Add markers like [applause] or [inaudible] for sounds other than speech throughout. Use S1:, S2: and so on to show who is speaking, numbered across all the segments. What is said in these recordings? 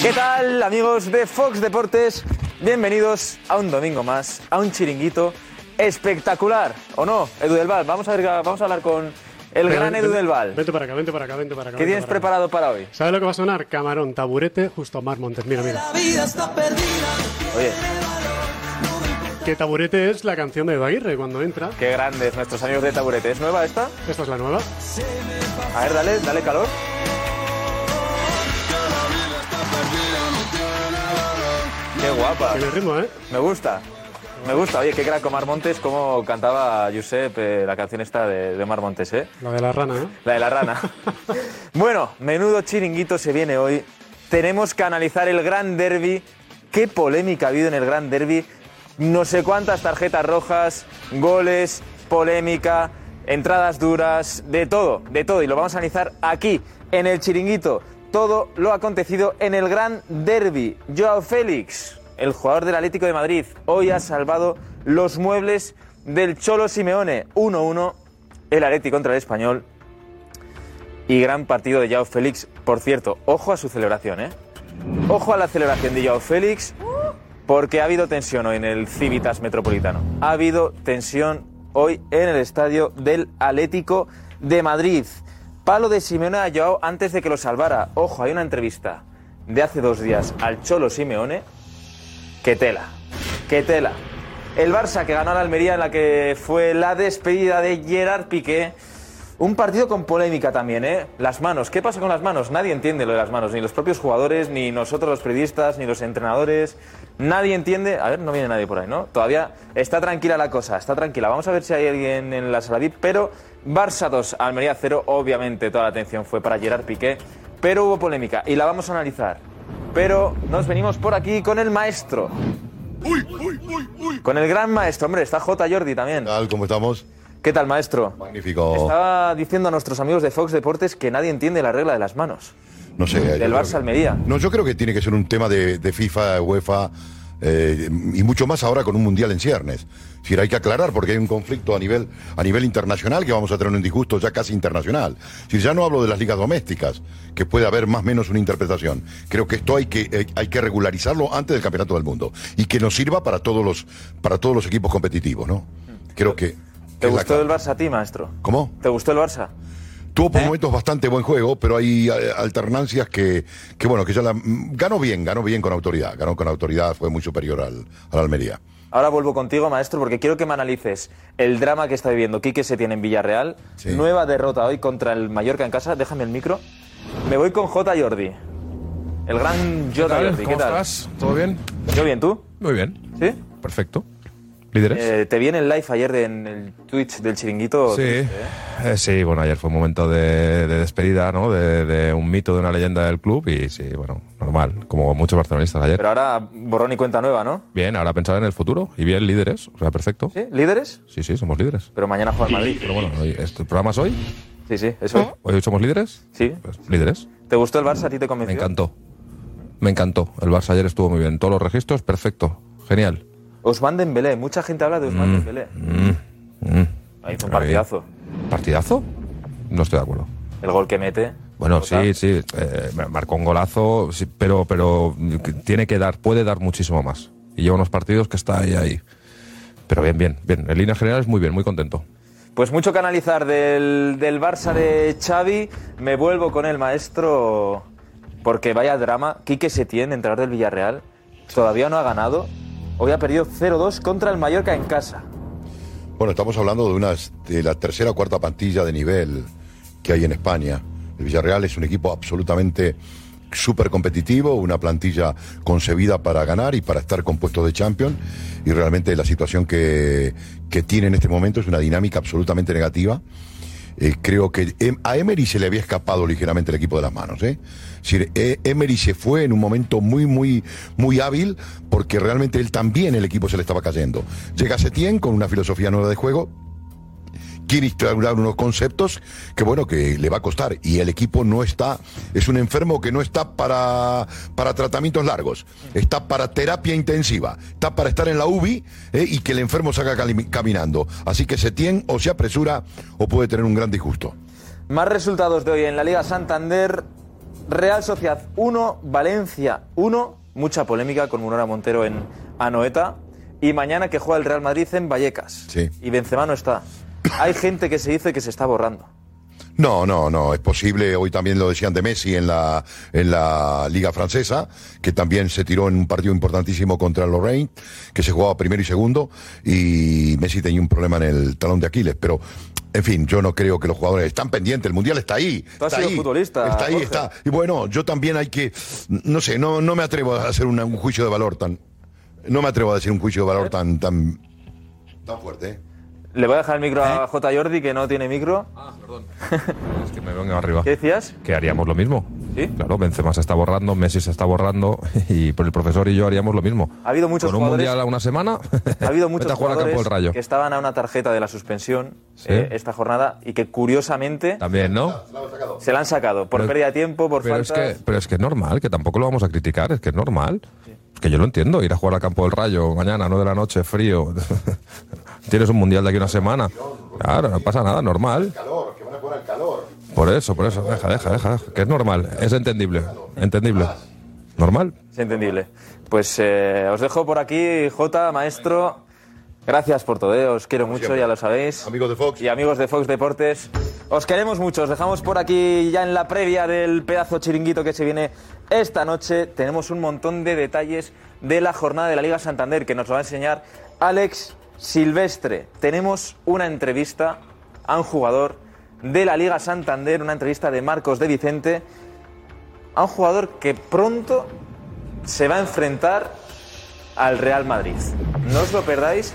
S1: ¿Qué tal amigos de Fox Deportes? Bienvenidos a un domingo más, a un chiringuito espectacular, ¿o no? Edu del Val, vamos a, ver- vamos a hablar con el
S2: Ven,
S1: gran
S2: ven,
S1: Edu
S2: ven.
S1: del Val.
S2: Vente para acá, vente para acá, vente para acá.
S1: ¿Qué
S2: vente
S1: tienes
S2: para acá.
S1: preparado para hoy?
S2: ¿Sabes lo que va a sonar? Camarón, taburete, justo Mar Montes. Mira, mira.
S1: Oye,
S2: Que taburete es la canción de Edu Aguirre cuando entra.
S1: qué grandes nuestros amigos de taburete. ¿Es nueva esta?
S2: Esta es la nueva.
S1: A ver, dale, dale calor. Qué guapa.
S2: Tiene ritmo, ¿eh?
S1: Me gusta. Me gusta, oye, qué gran Omar Montes, como cantaba Josep eh, la canción esta de, de Omar Montes, ¿eh?
S2: La de la rana, ¿eh?
S1: La de la rana. [laughs] bueno, menudo chiringuito se viene hoy. Tenemos que analizar el gran derby. Qué polémica ha habido en el gran derby. No sé cuántas tarjetas rojas, goles, polémica, entradas duras, de todo, de todo. Y lo vamos a analizar aquí, en el chiringuito. Todo lo acontecido en el gran derby. Joao Félix, el jugador del Atlético de Madrid, hoy ha salvado los muebles del Cholo Simeone. 1-1, el Atlético contra el Español. Y gran partido de Yao Félix. Por cierto, ojo a su celebración, ¿eh? Ojo a la celebración de Yao Félix, porque ha habido tensión hoy en el Civitas Metropolitano. Ha habido tensión hoy en el estadio del Atlético de Madrid. Palo de Simeone a Yao antes de que lo salvara. Ojo, hay una entrevista de hace dos días al Cholo Simeone. ¡Qué tela! ¡Qué tela! El Barça que ganó a la Almería en la que fue la despedida de Gerard Piqué. Un partido con polémica también, ¿eh? Las manos. ¿Qué pasa con las manos? Nadie entiende lo de las manos. Ni los propios jugadores, ni nosotros los periodistas, ni los entrenadores. Nadie entiende. A ver, no viene nadie por ahí, ¿no? Todavía está tranquila la cosa, está tranquila. Vamos a ver si hay alguien en la sala VIP, pero Barça 2, Almería 0. Obviamente toda la atención fue para Gerard Piqué, pero hubo polémica y la vamos a analizar. Pero nos venimos por aquí con el maestro. Con el gran maestro. Hombre, está J. Jordi también.
S3: ¿Qué tal? ¿Cómo estamos?
S1: ¿Qué tal, maestro?
S3: Magnífico.
S1: Estaba diciendo a nuestros amigos de Fox Deportes que nadie entiende la regla de las manos.
S3: No sé. yo
S1: Del
S3: creo
S1: Barça
S3: que-
S1: Almería.
S3: No, yo creo que tiene que ser un tema de, de FIFA, UEFA eh, y mucho más ahora con un mundial en ciernes. Es decir, hay que aclarar porque hay un conflicto a nivel, a nivel internacional que vamos a tener un disgusto ya casi internacional. Es decir, ya no hablo de las ligas domésticas, que puede haber más o menos una interpretación. Creo que esto hay que, eh, hay que regularizarlo antes del Campeonato del Mundo y que nos sirva para todos los, para todos los equipos competitivos, ¿no? Creo que.
S1: ¿Te
S3: es la
S1: gustó
S3: clave.
S1: el Barça a ti, maestro?
S3: ¿Cómo?
S1: ¿Te gustó el Barça?
S3: Tuvo por momentos bastante buen juego, pero hay eh, alternancias que, que bueno, que ya la. mm, Ganó bien, ganó bien con autoridad. Ganó con autoridad, fue muy superior al, al Almería.
S1: Ahora vuelvo contigo, maestro, porque quiero que me analices el drama que está viviendo Quique Setién en Villarreal.
S3: Sí.
S1: Nueva derrota hoy contra el Mallorca en casa. Déjame el micro. Me voy con J. Jordi. El gran J. Jordi. ¿Qué
S4: ¿Cómo
S1: tal?
S4: estás? ¿Todo bien?
S1: ¿Yo bien? ¿Tú?
S4: Muy bien,
S1: ¿Sí?
S4: perfecto. ¿Líderes?
S1: Eh, te vi en el live ayer de- en el Twitch del chiringuito.
S4: sí. Eh, sí, bueno, ayer fue un momento de, de despedida, ¿no? De, de un mito, de una leyenda del club y sí, bueno, normal, como muchos barcelonistas ayer.
S1: Pero ahora borrón y cuenta nueva, ¿no?
S4: Bien, ahora pensar en el futuro y bien, líderes, o sea, perfecto.
S1: ¿Sí? ¿Líderes?
S4: Sí, sí, somos líderes.
S1: Pero mañana juega el Madrid.
S4: Pero bueno, hoy, este programa es hoy,
S1: Sí, sí, eso.
S4: hoy somos líderes,
S1: Sí.
S4: pues líderes.
S1: ¿Te gustó el Barça? ¿A ti te convenció?
S4: Me encantó, me encantó. El Barça ayer estuvo muy bien, todos los registros, perfecto, genial.
S1: Ousmane Dembélé. Mucha gente habla de Ousmane Dembélé.
S4: Mm.
S1: Ahí hizo un partidazo.
S4: ¿Partidazo? No estoy de acuerdo.
S1: El gol que mete.
S4: Bueno, sí,
S1: Total.
S4: sí, eh, marcó un golazo, sí, pero, pero tiene que dar, puede dar muchísimo más. Y lleva unos partidos que está ahí, ahí. Pero bien, bien, bien. En líneas generales, muy bien, muy contento.
S1: Pues mucho que analizar del, del Barça de Xavi. Me vuelvo con el maestro porque vaya drama. Quique Setién, entrenador del Villarreal, todavía no ha ganado. Hoy ha perdido 0-2 contra el Mallorca en casa.
S3: Bueno, estamos hablando de, unas, de la tercera o cuarta pantilla de nivel que hay en España. El Villarreal es un equipo absolutamente súper competitivo, una plantilla concebida para ganar y para estar con puestos de champion. Y realmente la situación que, que tiene en este momento es una dinámica absolutamente negativa. eh, creo que em- a Emery se le había escapado ligeramente el equipo de las manos. ¿eh? Es decir, eh, Emery se fue en un momento muy, muy, muy hábil porque realmente él también el equipo se le estaba cayendo. Llega Setién con una filosofía nueva de juego, quiere instaurar unos conceptos que bueno que le va a costar y el equipo no está es un enfermo que no está para para tratamientos largos está para terapia intensiva está para estar en la UBI eh, y que el enfermo salga cali- caminando así que se tiene o se apresura o puede tener un gran disgusto
S1: Más resultados de hoy en la Liga Santander. Real Sociedad 1, Valencia 1. Mucha polémica con Munora Montero en Anoeta. Y mañana que juega el Real Madrid en Vallecas.
S3: Sí.
S1: Y Benzema no está. Hay gente que se dice que se está borrando.
S3: No, no, no, es posible. Hoy también lo decían de Messi en la, en la Liga Francesa, que también se tiró en un partido importantísimo contra el Lorraine, que se jugaba primero y segundo, y Messi tenía un problema en el talón de Aquiles. Pero, en fin, yo no creo que los jugadores están pendientes. El mundial está ahí.
S1: Tú has
S3: está
S1: sido
S3: ahí,
S1: futbolista,
S3: Está ahí,
S1: Jorge.
S3: está. Y bueno, yo también hay que. No sé, no, no me atrevo a hacer una- un juicio de valor tan. No me atrevo a decir un juicio de valor tan, tan, tan fuerte, ¿eh?
S1: Le voy a dejar el micro a J. Jordi, que no tiene micro. [laughs]
S4: Es que me vengo arriba.
S1: ¿Qué decías?
S4: Que haríamos lo mismo.
S1: ¿Sí?
S4: Claro, Benzema se está borrando, Messi se está borrando [laughs] y por el profesor y yo haríamos lo mismo.
S1: Ha habido muchos
S4: Con un
S1: jugadores-
S4: mundial a una semana.
S1: [laughs] Ha
S4: vete
S1: habido muchos
S4: a jugar al campo
S1: jugadores
S4: del Rayo.
S1: que estaban a una tarjeta de la suspensión
S4: Sí.
S1: eh, esta jornada y que curiosamente
S4: También, ¿no?
S1: se la han sacado por
S4: Pero-
S1: pérdida de tiempo, por
S4: Pero es,
S1: faltas.
S4: que, pero es que es normal, que tampoco lo vamos a criticar, es que es normal. Es que yo lo entiendo, ir a jugar al campo del Rayo mañana, no de la noche, frío. [laughs] Tienes un mundial de aquí una semana. Claro, no pasa nada, normal. Por eso, por eso, deja, deja, deja, deja, que es normal, es entendible, entendible. ¿Normal?
S1: Es entendible. Pues eh, os dejo por aquí, J, maestro. Gracias por todo, eh, os quiero mucho,
S3: siempre.
S1: ya lo sabéis.
S3: Amigos de Fox.
S1: Y amigos de Fox Deportes, os queremos mucho. Os dejamos por aquí ya en la previa del pedazo chiringuito que se viene esta noche. Tenemos un montón de detalles de la jornada de la Liga Santander que nos lo va a enseñar Alex Silvestre. Tenemos una entrevista a un jugador de la Liga Santander, una entrevista de Marcos de Vicente, a un jugador que pronto se va a enfrentar al Real Madrid. No os lo perdáis.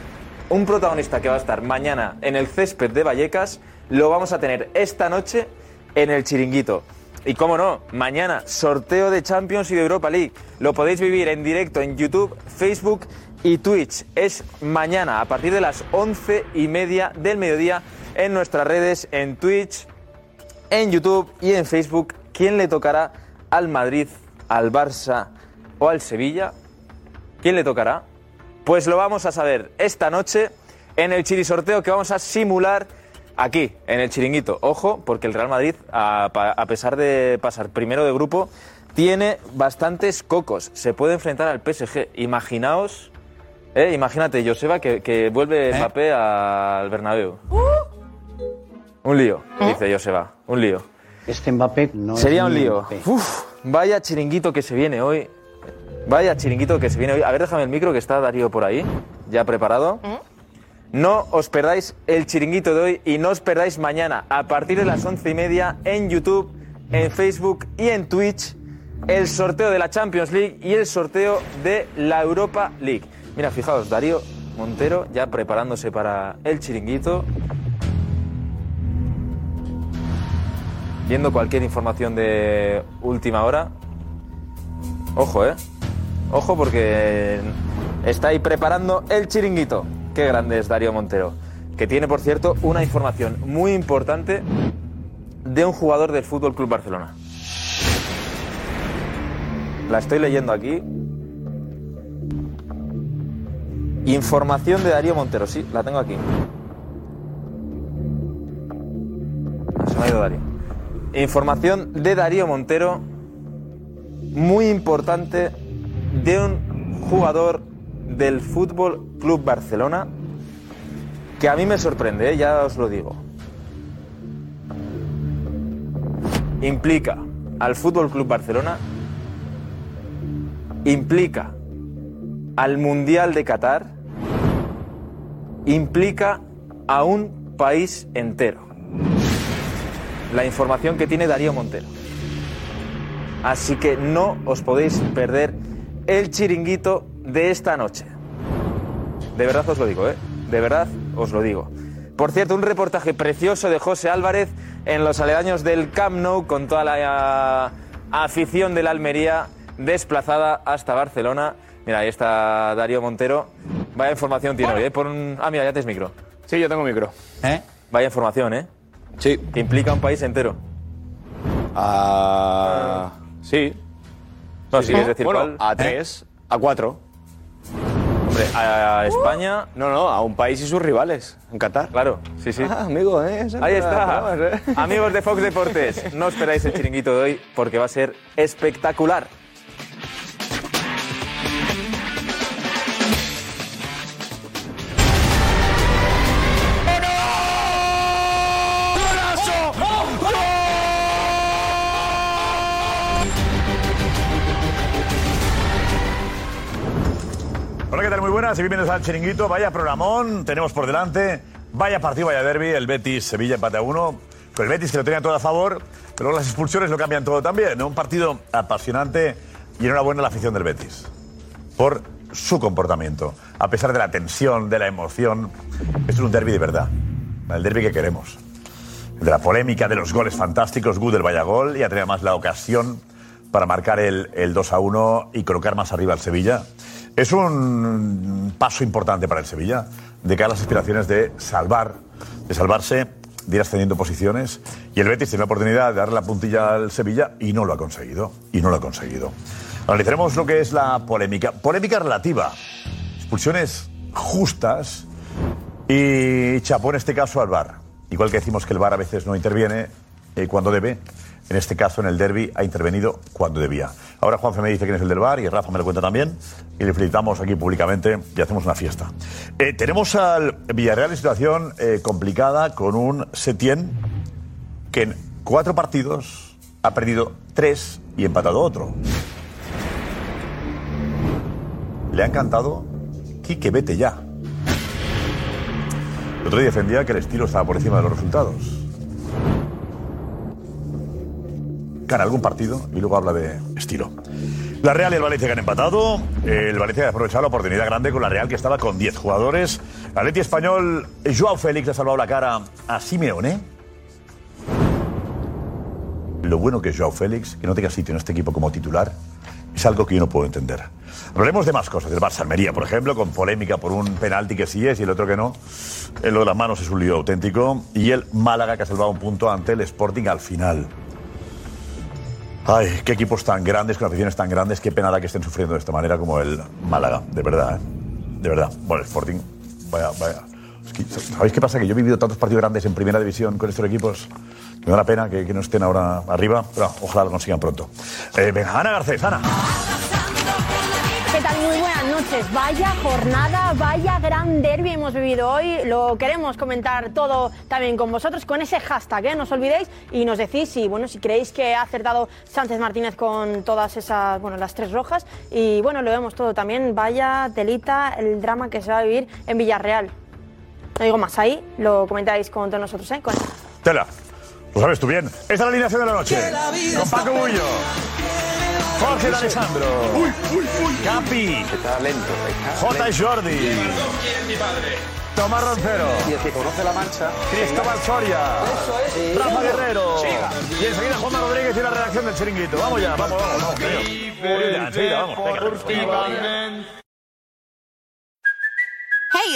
S1: Un protagonista que va a estar mañana en el césped de Vallecas lo vamos a tener esta noche en el chiringuito. Y cómo no, mañana sorteo de Champions y de Europa League. Lo podéis vivir en directo en YouTube, Facebook y Twitch. Es mañana a partir de las once y media del mediodía en nuestras redes, en Twitch, en YouTube y en Facebook quién le tocará al Madrid, al Barça o al Sevilla. ¿Quién le tocará? Pues lo vamos a saber esta noche en el chirisorteo que vamos a simular aquí, en el chiringuito. Ojo, porque el Real Madrid, a, pa- a pesar de pasar primero de grupo, tiene bastantes cocos. Se puede enfrentar al PSG. Imaginaos, eh, imagínate, Joseba, que, que vuelve Mbappé al Bernabéu. Un lío, dice Joseba, un lío.
S5: Este Mbappé no es
S1: Sería un
S5: ni
S1: lío.
S5: Mbappé.
S1: Uf, vaya chiringuito que se viene hoy. Vaya chiringuito que se viene hoy. A ver, déjame el micro que está Darío por ahí, ya preparado. No os perdáis el chiringuito de hoy y no os perdáis mañana a partir de las once y media en YouTube, en Facebook y en Twitch el sorteo de la Champions League y el sorteo de la Europa League. Mira, fijaos, Darío Montero ya preparándose para el chiringuito. viendo cualquier información de última hora. Ojo, eh. Ojo porque está ahí preparando el chiringuito. Qué grande es Darío Montero. Que tiene, por cierto, una información muy importante de un jugador del Fútbol Club Barcelona. La estoy leyendo aquí. Información de Darío Montero, sí, la tengo aquí. Se me ha ido Darío. Información de Darío Montero, muy importante, de un jugador del Fútbol Club Barcelona, que a mí me sorprende, ¿eh? ya os lo digo. Implica al Fútbol Club Barcelona, implica al Mundial de Qatar, implica a un país entero la información que tiene Darío Montero. Así que no os podéis perder el chiringuito de esta noche. De verdad os lo digo, ¿eh? De verdad os lo digo. Por cierto, un reportaje precioso de José Álvarez en los aledaños del Camp Nou con toda la ah, afición de la Almería desplazada hasta Barcelona. Mira, ahí está Darío Montero. Vaya información tiene hoy, ¿eh? Por un... Ah, mira, ya tienes micro. Sí, yo tengo micro. Vaya información, ¿eh? Sí. Que implica un país entero. Ah.
S6: A. Sí.
S1: No, si quieres decir
S6: Bueno,
S1: cuál.
S6: A tres, a cuatro.
S1: Hombre, a España.
S6: No, no, a un país y sus rivales, en Qatar.
S1: Claro, sí, sí.
S6: Ah, amigo, ¿eh? Esa
S1: Ahí
S6: te la
S1: está.
S6: dejabas, ¿eh?
S1: Amigos de Fox Deportes, no os esperáis el chiringuito de hoy porque va a ser espectacular.
S7: Hola, ¿qué tal? Muy buenas y bienvenidos al Chiringuito. Vaya programón, tenemos por delante. Vaya partido, vaya derby. El Betis, Sevilla, empate a uno. Con el Betis que lo tenía todo a favor, pero luego las expulsiones lo cambian todo también. ¿no? Un partido apasionante y enhorabuena a la afición del Betis por su comportamiento. A pesar de la tensión, de la emoción, esto es un derby de verdad. El derby que queremos. El de la polémica, de los goles fantásticos, Good el Vallagol y tenía más la ocasión para marcar el, el 2 a 1 y colocar más arriba al Sevilla. Es un paso importante para el Sevilla de cara a las aspiraciones de salvar, de salvarse, de ir ascendiendo posiciones. Y el Betis tiene la oportunidad de darle la puntilla al Sevilla y no lo ha conseguido. Y no lo ha conseguido. Analizaremos lo que es la polémica. Polémica relativa. Expulsiones justas y chapó en este caso al VAR. Igual que decimos que el VAR a veces no interviene eh, cuando debe, en este caso en el derby ha intervenido cuando debía. Ahora Juanfe me dice quién es el del VAR y Rafa me lo cuenta también y le felicitamos aquí públicamente y hacemos una fiesta. Eh, tenemos al Villarreal en situación eh, complicada con un Setién que en cuatro partidos ha perdido tres y empatado otro. Le han cantado Quique, vete ya. El otro día defendía que el estilo estaba por encima de los resultados. Gana algún partido y luego habla de estilo. La Real y el Valencia que han empatado. El Valencia ha aprovechado la oportunidad grande con la Real que estaba con 10 jugadores. Atleti español, Joao Félix le ha salvado la cara a Simeone. Lo bueno que es Joao Félix, que no tenga sitio en este equipo como titular, es algo que yo no puedo entender. Hablaremos de más cosas, del Barça Almería, por ejemplo, con polémica por un penalti que sí es y el otro que no. El lo de las manos es un lío auténtico. Y el Málaga que ha salvado un punto ante el Sporting al final. Ay, qué equipos tan grandes, con aficiones tan grandes, qué pena da que estén sufriendo de esta manera como el Málaga, de verdad, ¿eh? De verdad. Bueno, el Sporting, vaya, vaya. Es que, ¿Sabéis qué pasa? Que yo he vivido tantos partidos grandes en primera división con estos equipos que me da la pena que, que no estén ahora arriba, pero ojalá lo consigan pronto. Eh, venga, Ana Garcés, Ana.
S8: ¿Qué tal? Muy buenas noches. Vaya jornada, vaya gran derby hemos vivido hoy. Lo queremos comentar todo también con vosotros con ese hashtag, ¿eh? no os olvidéis y nos decís si bueno, si creéis que ha acertado Sánchez Martínez con todas esas, bueno, las tres rojas y bueno, lo vemos todo también. Vaya telita el drama que se va a vivir en Villarreal. No digo más ahí, lo comentáis con todos nosotros, ¿eh? Con-
S7: Tela, lo sabes tú bien. Esta es la alineación de la noche. Con Paco Bullo. Jorge D Alessandro. Uy, uy, uy. Capi. Está lento. J. Jordi. Tomás Roncero. Y el que conoce la mancha. Cristóbal Soria. Rafa Guerrero. Y enseguida Juanma Rodríguez y la redacción del chiringuito. Vamos ya, vamos, vamos, vamos. creo. Enseguida, enseguida, vamos.
S9: Hey,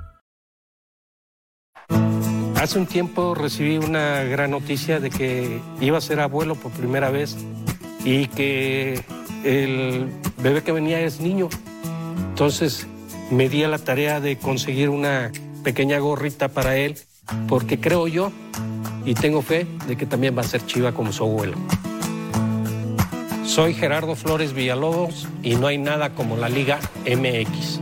S10: Hace un tiempo recibí una gran noticia de que iba a ser abuelo por primera vez y que el bebé que venía es niño. Entonces me di a la tarea de conseguir una pequeña gorrita para él porque creo yo y tengo fe de que también va a ser chiva como su abuelo. Soy Gerardo Flores Villalobos y no hay nada como la Liga MX.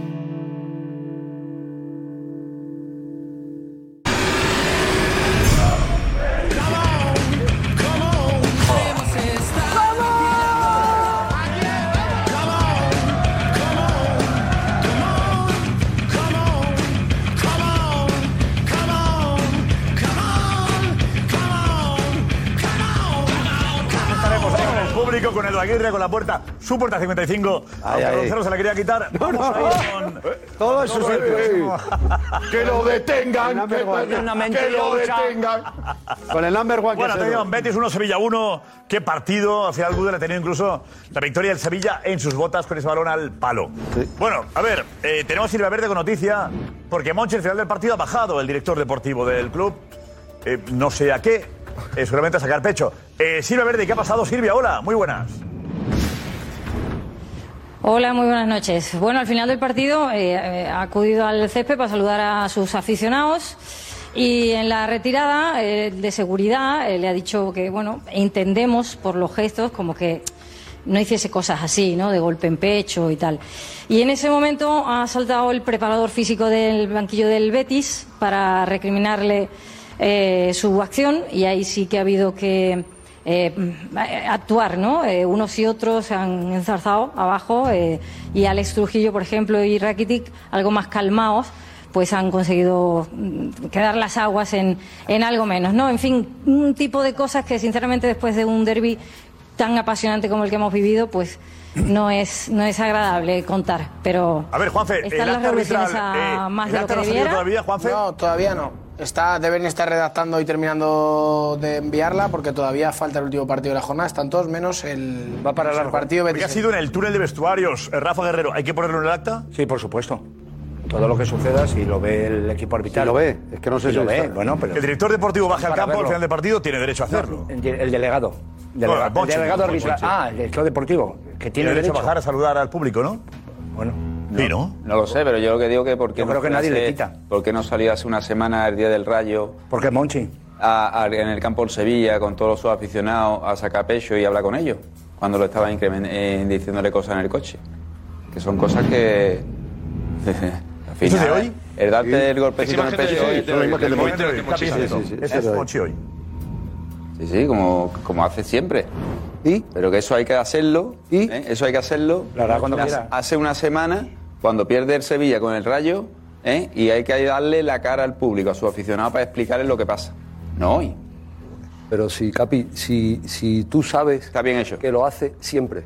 S7: ¿eh? Carlos Aguirre con la puerta, su puerta 55.
S6: Ay,
S7: Aunque
S6: ay.
S7: Roncero se la quería quitar.
S6: No, no,
S7: Vamos con-
S6: no. Todo es
S7: su sitio.
S3: Que lo detengan,
S7: que- que lo detengan.
S11: Con el number one que
S7: Bueno,
S11: se-
S7: atención, Betis 1, Sevilla 1. Qué partido. Al final Gudel ha tenido incluso la victoria del Sevilla en sus botas con ese balón al palo. Bueno, a ver, eh, tenemos Silva Verde con noticia, porque Monchi al final del partido ha bajado el director deportivo del club. eh, no sé a qué, eh, seguramente a sacar pecho. Eh, Silva Verde, ¿qué ha pasado, Silvia? Hola, muy buenas.
S12: Hola, muy buenas noches. Bueno, al final del partido eh, eh, ha acudido al césped para saludar a sus aficionados y en la retirada eh, de seguridad eh, le ha dicho que, bueno, entendemos por los gestos como que no hiciese cosas así, ¿no? De golpe en pecho y tal. Y en ese momento ha saltado el preparador físico del banquillo del Betis para recriminarle eh, su acción y ahí sí que ha habido que eh, actuar, ¿no? Eh, unos y otros se han enzarzado abajo eh, y Alex Trujillo, por ejemplo, y Rakitic, algo más calmados, pues han conseguido mm, quedar las aguas en, en algo menos, ¿no? En fin, un tipo de cosas que sinceramente después de un derby tan apasionante como el que hemos vivido, pues no es, no es agradable contar, pero
S7: A ver, Juanfe,
S12: están
S7: el
S12: las
S7: acta
S12: revoluciones
S7: arbitral,
S12: a
S7: eh,
S12: más
S7: el
S12: de lo
S7: acta
S12: que
S7: no ha salido
S12: debiera.
S7: todavía, Juanfe?
S13: No, todavía no. Está, deben estar redactando y terminando de enviarla porque todavía falta el último partido de la jornada. Están todos menos el, Va para el partido
S7: Porque
S13: Betis.
S7: ha sido en el túnel de vestuarios, eh, Rafa Guerrero. ¿Hay que ponerlo en el acta?
S14: Sí, por supuesto. Todo lo que suceda, si lo ve el equipo arbitral. lo ve, es que no
S7: sé
S14: lo
S7: si
S14: ve.
S7: está-
S14: Bueno, pero
S7: Que el director deportivo baje al
S14: Para
S7: campo al
S14: verlo.
S7: final del partido tiene derecho a hacerlo.
S14: El, de- el delegado.
S7: Bueno,
S14: Delega-
S7: Monchi,
S14: el delegado
S7: Monchi,
S14: arbitral.
S7: Monchi.
S14: Ah, el director deportivo. Que tiene
S7: Tiene derecho
S14: derecho
S7: a bajar a saludar al público, ¿no?
S14: Bueno.
S7: Sí, ¿no?
S15: No lo sé, pero yo lo que digo que por qué
S14: Yo creo que
S15: fue
S14: nadie
S15: hace-
S14: le quita.
S15: ¿Por qué no salió hace una semana el día del Rayo?
S14: Porque Monchi.
S15: a- a- en el campo del Sevilla con todos sus aficionados a sacar pecho y hablar con ellos cuando lo estaban incremen- eh, diciéndole cosas en el coche. Que son cosas que. [laughs] al final,
S7: de hoy?
S15: El darte el
S7: Es
S15: golpecito en el
S7: imagen de
S15: pecho.
S7: hoy,
S15: eh,
S7: de hoy, del momento en el que Monchi
S15: Sí,
S7: salió.
S15: sí, sí, sí.
S7: Este es Monchi hoy.
S15: Sí, sí, como, como hace siempre. ¿Y? Pero que eso hay que hacerlo. ¿Y? Eso hay que hacerlo.
S14: Lo hará cuando
S15: Hace-
S14: quiera.
S15: Hace una semana, cuando pierde el Sevilla con el Rayo, ¿eh? y hay que darle la cara al público, a su aficionado, para explicarles lo que pasa. No hoy.
S16: Pero si, Capi, si, si tú sabes que lo hace siempre.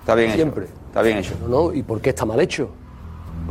S15: Está bien hecho.
S16: siempre.
S15: Está bien hecho.
S16: No, no, ¿y por qué está mal hecho?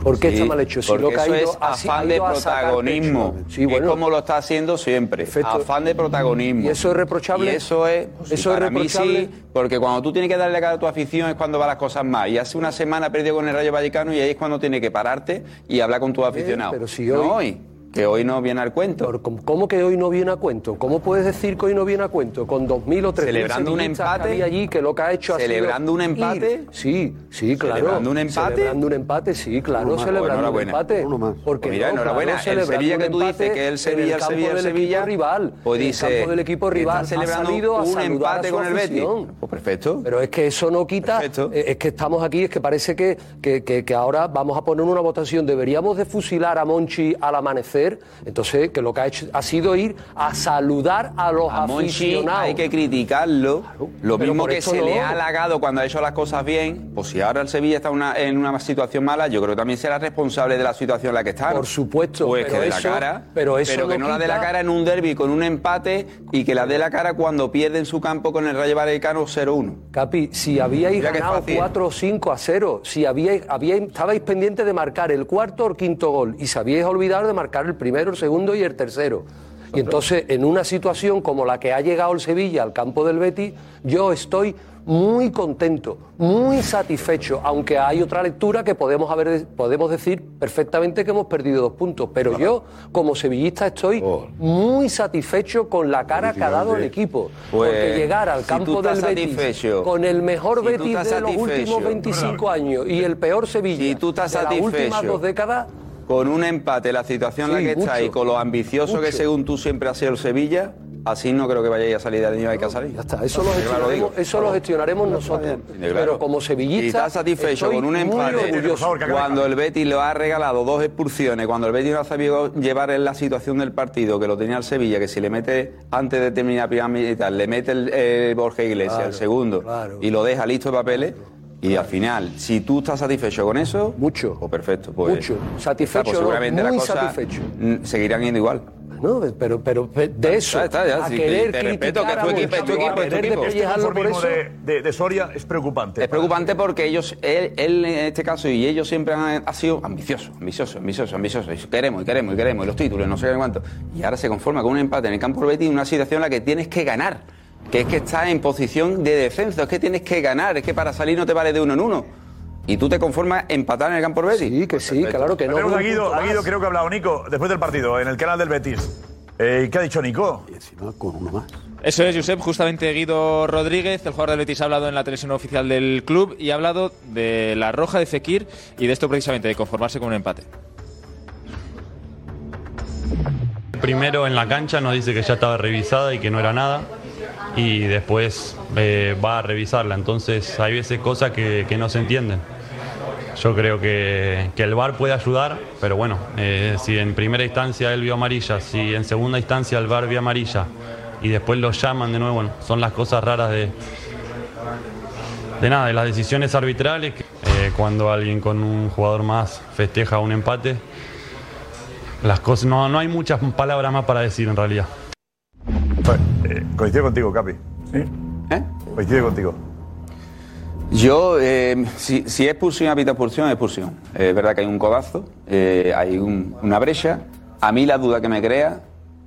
S16: ¿Por qué
S15: Sí,
S16: está mal hecho? Si
S15: porque
S16: lo que ha
S15: eso
S16: ido
S15: es
S16: ha si- ha
S15: afán de
S16: ido a sacar
S15: protagonismo.
S16: pecho.
S15: que es como lo está haciendo siempre. Afán de protagonismo. ¿Y eso es reprochable? eso es.
S16: Eso es
S15: para mí
S16: reprochable.
S15: sí, porque cuando tú tienes que darle la cara a tu afición es cuando van las cosas mal. Y hace una semana perdió con el Rayo Vallecano y ahí es cuando tiene que pararte y hablar con tus aficionados.
S16: Eh, pero si
S15: No
S16: hoy-
S15: hoy. Que hoy no viene al cuento.
S16: ¿Cómo que hoy no viene a cuento? ¿Cómo puedes decir que hoy no viene a cuento? Con 2.000 o 3.000
S15: Celebrando un
S16: sevillistas que
S15: empate.
S16: había allí, que lo que ha hecho ha sido
S15: Celebrando un
S16: ir.
S15: empate.
S16: Sí, sí, claro.
S15: Celebrando un empate.
S16: Celebrando un empate, sí, claro.
S15: Uno más.
S16: Celebrando un
S15: Enhorabuena.
S16: empate. Porque
S15: Pues mira,
S16: no, claro,
S15: enhorabuena. El
S16: celebrando
S15: Sevilla
S16: un
S15: que tú dices
S16: empate
S15: que el
S16: en
S15: Sevilla, el
S16: campo
S15: Sevilla, el
S16: del
S15: Sevilla,
S16: equipo rival.
S15: pues
S16: en el
S15: dice,
S16: campo del equipo
S15: está
S16: rival.
S15: celebrando
S16: ha salido a
S15: un
S16: saludar
S15: empate
S16: a su
S15: con el Betis.
S16: afición.
S15: Pues perfecto.
S16: Pero es que eso no quita. eh, Es que estamos aquí, es que parece que, que, que- que ahora vamos a poner una votación. ¿Deberíamos de fusilar a Monchi al amanecer? Entonces, que lo que ha hecho ha sido ir a saludar a los
S15: A Monchi
S16: aficionados.
S15: hay que criticarlo. Lo
S16: pero
S15: mismo
S16: por
S15: que
S16: eso
S15: se le
S16: no.
S15: ha halagado cuando ha hecho las cosas bien, pues si ahora el Sevilla está una- en una situación mala, yo creo que también será responsable de la situación en la que está. Por
S16: supuesto,
S15: pues
S16: pero
S15: que dé
S16: eso-
S15: la cara,
S16: pero eso
S15: que
S16: no
S15: no la dé la
S16: quita-
S15: cara en un derby con un empate y que la dé la cara cuando pierde en su campo con el Rayo Vallecano 0-1.
S16: Capi, si habíais
S15: Mira qué
S16: ganado
S15: fácil.
S16: 4 o 5 a 0, si habíais, habíais- estabais pendientes de marcar el cuarto o el quinto gol y se habíais olvidado de marcar el primero, el segundo y el tercero. Y entonces, en una situación como la que ha llegado el Sevilla al campo del Betis, yo estoy muy contento, muy satisfecho, aunque hay otra lectura que podemos, haber, podemos decir perfectamente que hemos perdido dos puntos, pero yo como sevillista estoy
S15: Oh.
S16: muy satisfecho con la cara que ha dado el equipo,
S15: Pues,
S16: porque llegar al
S15: si tú
S16: campo
S15: estás
S16: del Betis
S15: satisfecho,
S16: con el mejor
S15: si tú
S16: Betis
S15: estás
S16: de los últimos
S15: satisfecho,
S16: 25 años y el peor Sevilla
S15: Si tú estás
S16: de las últimas
S15: satisfecho.
S16: dos décadas,
S15: Con un empate, la situación en
S16: Sí,
S15: la que está
S16: mucho,
S15: y con lo ambicioso que
S16: mucho.
S15: según tú siempre ha sido el Sevilla, así no creo que vayáis a salir de niño hay que salir. Ya
S16: está, eso lo gestionaremos, eso lo gestionaremos nosotros. Pero como
S15: Y
S16: sevillista,
S15: estás satisfecho
S16: estoy
S15: con un
S16: muy
S15: empate
S16: orgulloso.
S15: cuando el Betis le ha regalado dos expulsiones, cuando el Betis no ha sabido llevar en la situación del partido que lo tenía el Sevilla, que si le mete antes de terminar la primera mitad, le mete el eh, Borja Iglesias
S16: Claro,
S15: el segundo
S16: claro.
S15: y lo deja listo de papeles. Y al final, si tú estás satisfecho con eso,
S16: mucho,
S15: o perfecto, pues
S16: Mucho.
S15: ya está,
S16: Satisfecho
S15: pues
S16: no,
S15: seguramente la
S16: muy
S15: cosa,
S16: satisfecho.
S15: mm, seguirán yendo igual.
S16: ¿no? Pero, pero pe- de eso,
S15: está, ya,
S16: a
S15: sí,
S16: querer
S15: te respeto, que es tu
S16: criticar a
S15: equipo, es tu
S16: Bolsonaro,
S15: equipo,
S16: a
S15: es tu
S16: querer
S15: equipo.
S7: Este
S16: despellejarlo por
S7: conformismo
S16: eso.
S7: de, de- de Soria es preocupante.
S15: Es preocupante porque ellos, él, él en este caso y ellos siempre han ha sido ambiciosos, ambiciosos, ambiciosos, ambiciosos. Y queremos, y queremos, y queremos, y los títulos, no sé qué cuánto. Y ahora se conforma con un empate en el campo del Betis, una situación en la que tienes que ganar, que es que estás en posición de descenso, es que tienes que ganar, es que para salir no te vale de uno en uno. Y tú te conformas empatar en el campo del Betis. Sí, que sí, claro
S16: que
S7: Tenemos a Guido, a Guido creo que ha hablado Nico después del partido en el canal del Betis. Eh, ¿Qué ha dicho Nico? con uno más.
S11: Eso es, Josep. Justamente Guido Rodríguez, el jugador del Betis, ha hablado en la televisión oficial del club y ha hablado de la roja de Fekir y de esto precisamente, de conformarse con un empate.
S17: Primero en la cancha nos dice que ya estaba revisada y que no era nada. Y después eh, va a revisarla. Entonces hay veces cosas que, que no se entienden. Yo creo que, que el VAR puede ayudar, pero bueno, eh, si en primera instancia él vio amarilla, si en segunda instancia el VAR vio amarilla y después lo llaman de nuevo, bueno, son las cosas raras de, de nada, de las decisiones arbitrales. que, eh, cuando alguien con un jugador más festeja un empate, las cosas no, no hay muchas palabras más para decir en realidad.
S7: Eh, coincido contigo, Capi. ¿Sí?
S15: ¿Eh?
S7: Coincido Pues contigo.
S15: Yo, eh, si, si es expulsión, apita expulsión, es expulsión. Eh, Es verdad que hay un codazo, eh, hay un- una brecha. A mí la duda que me crea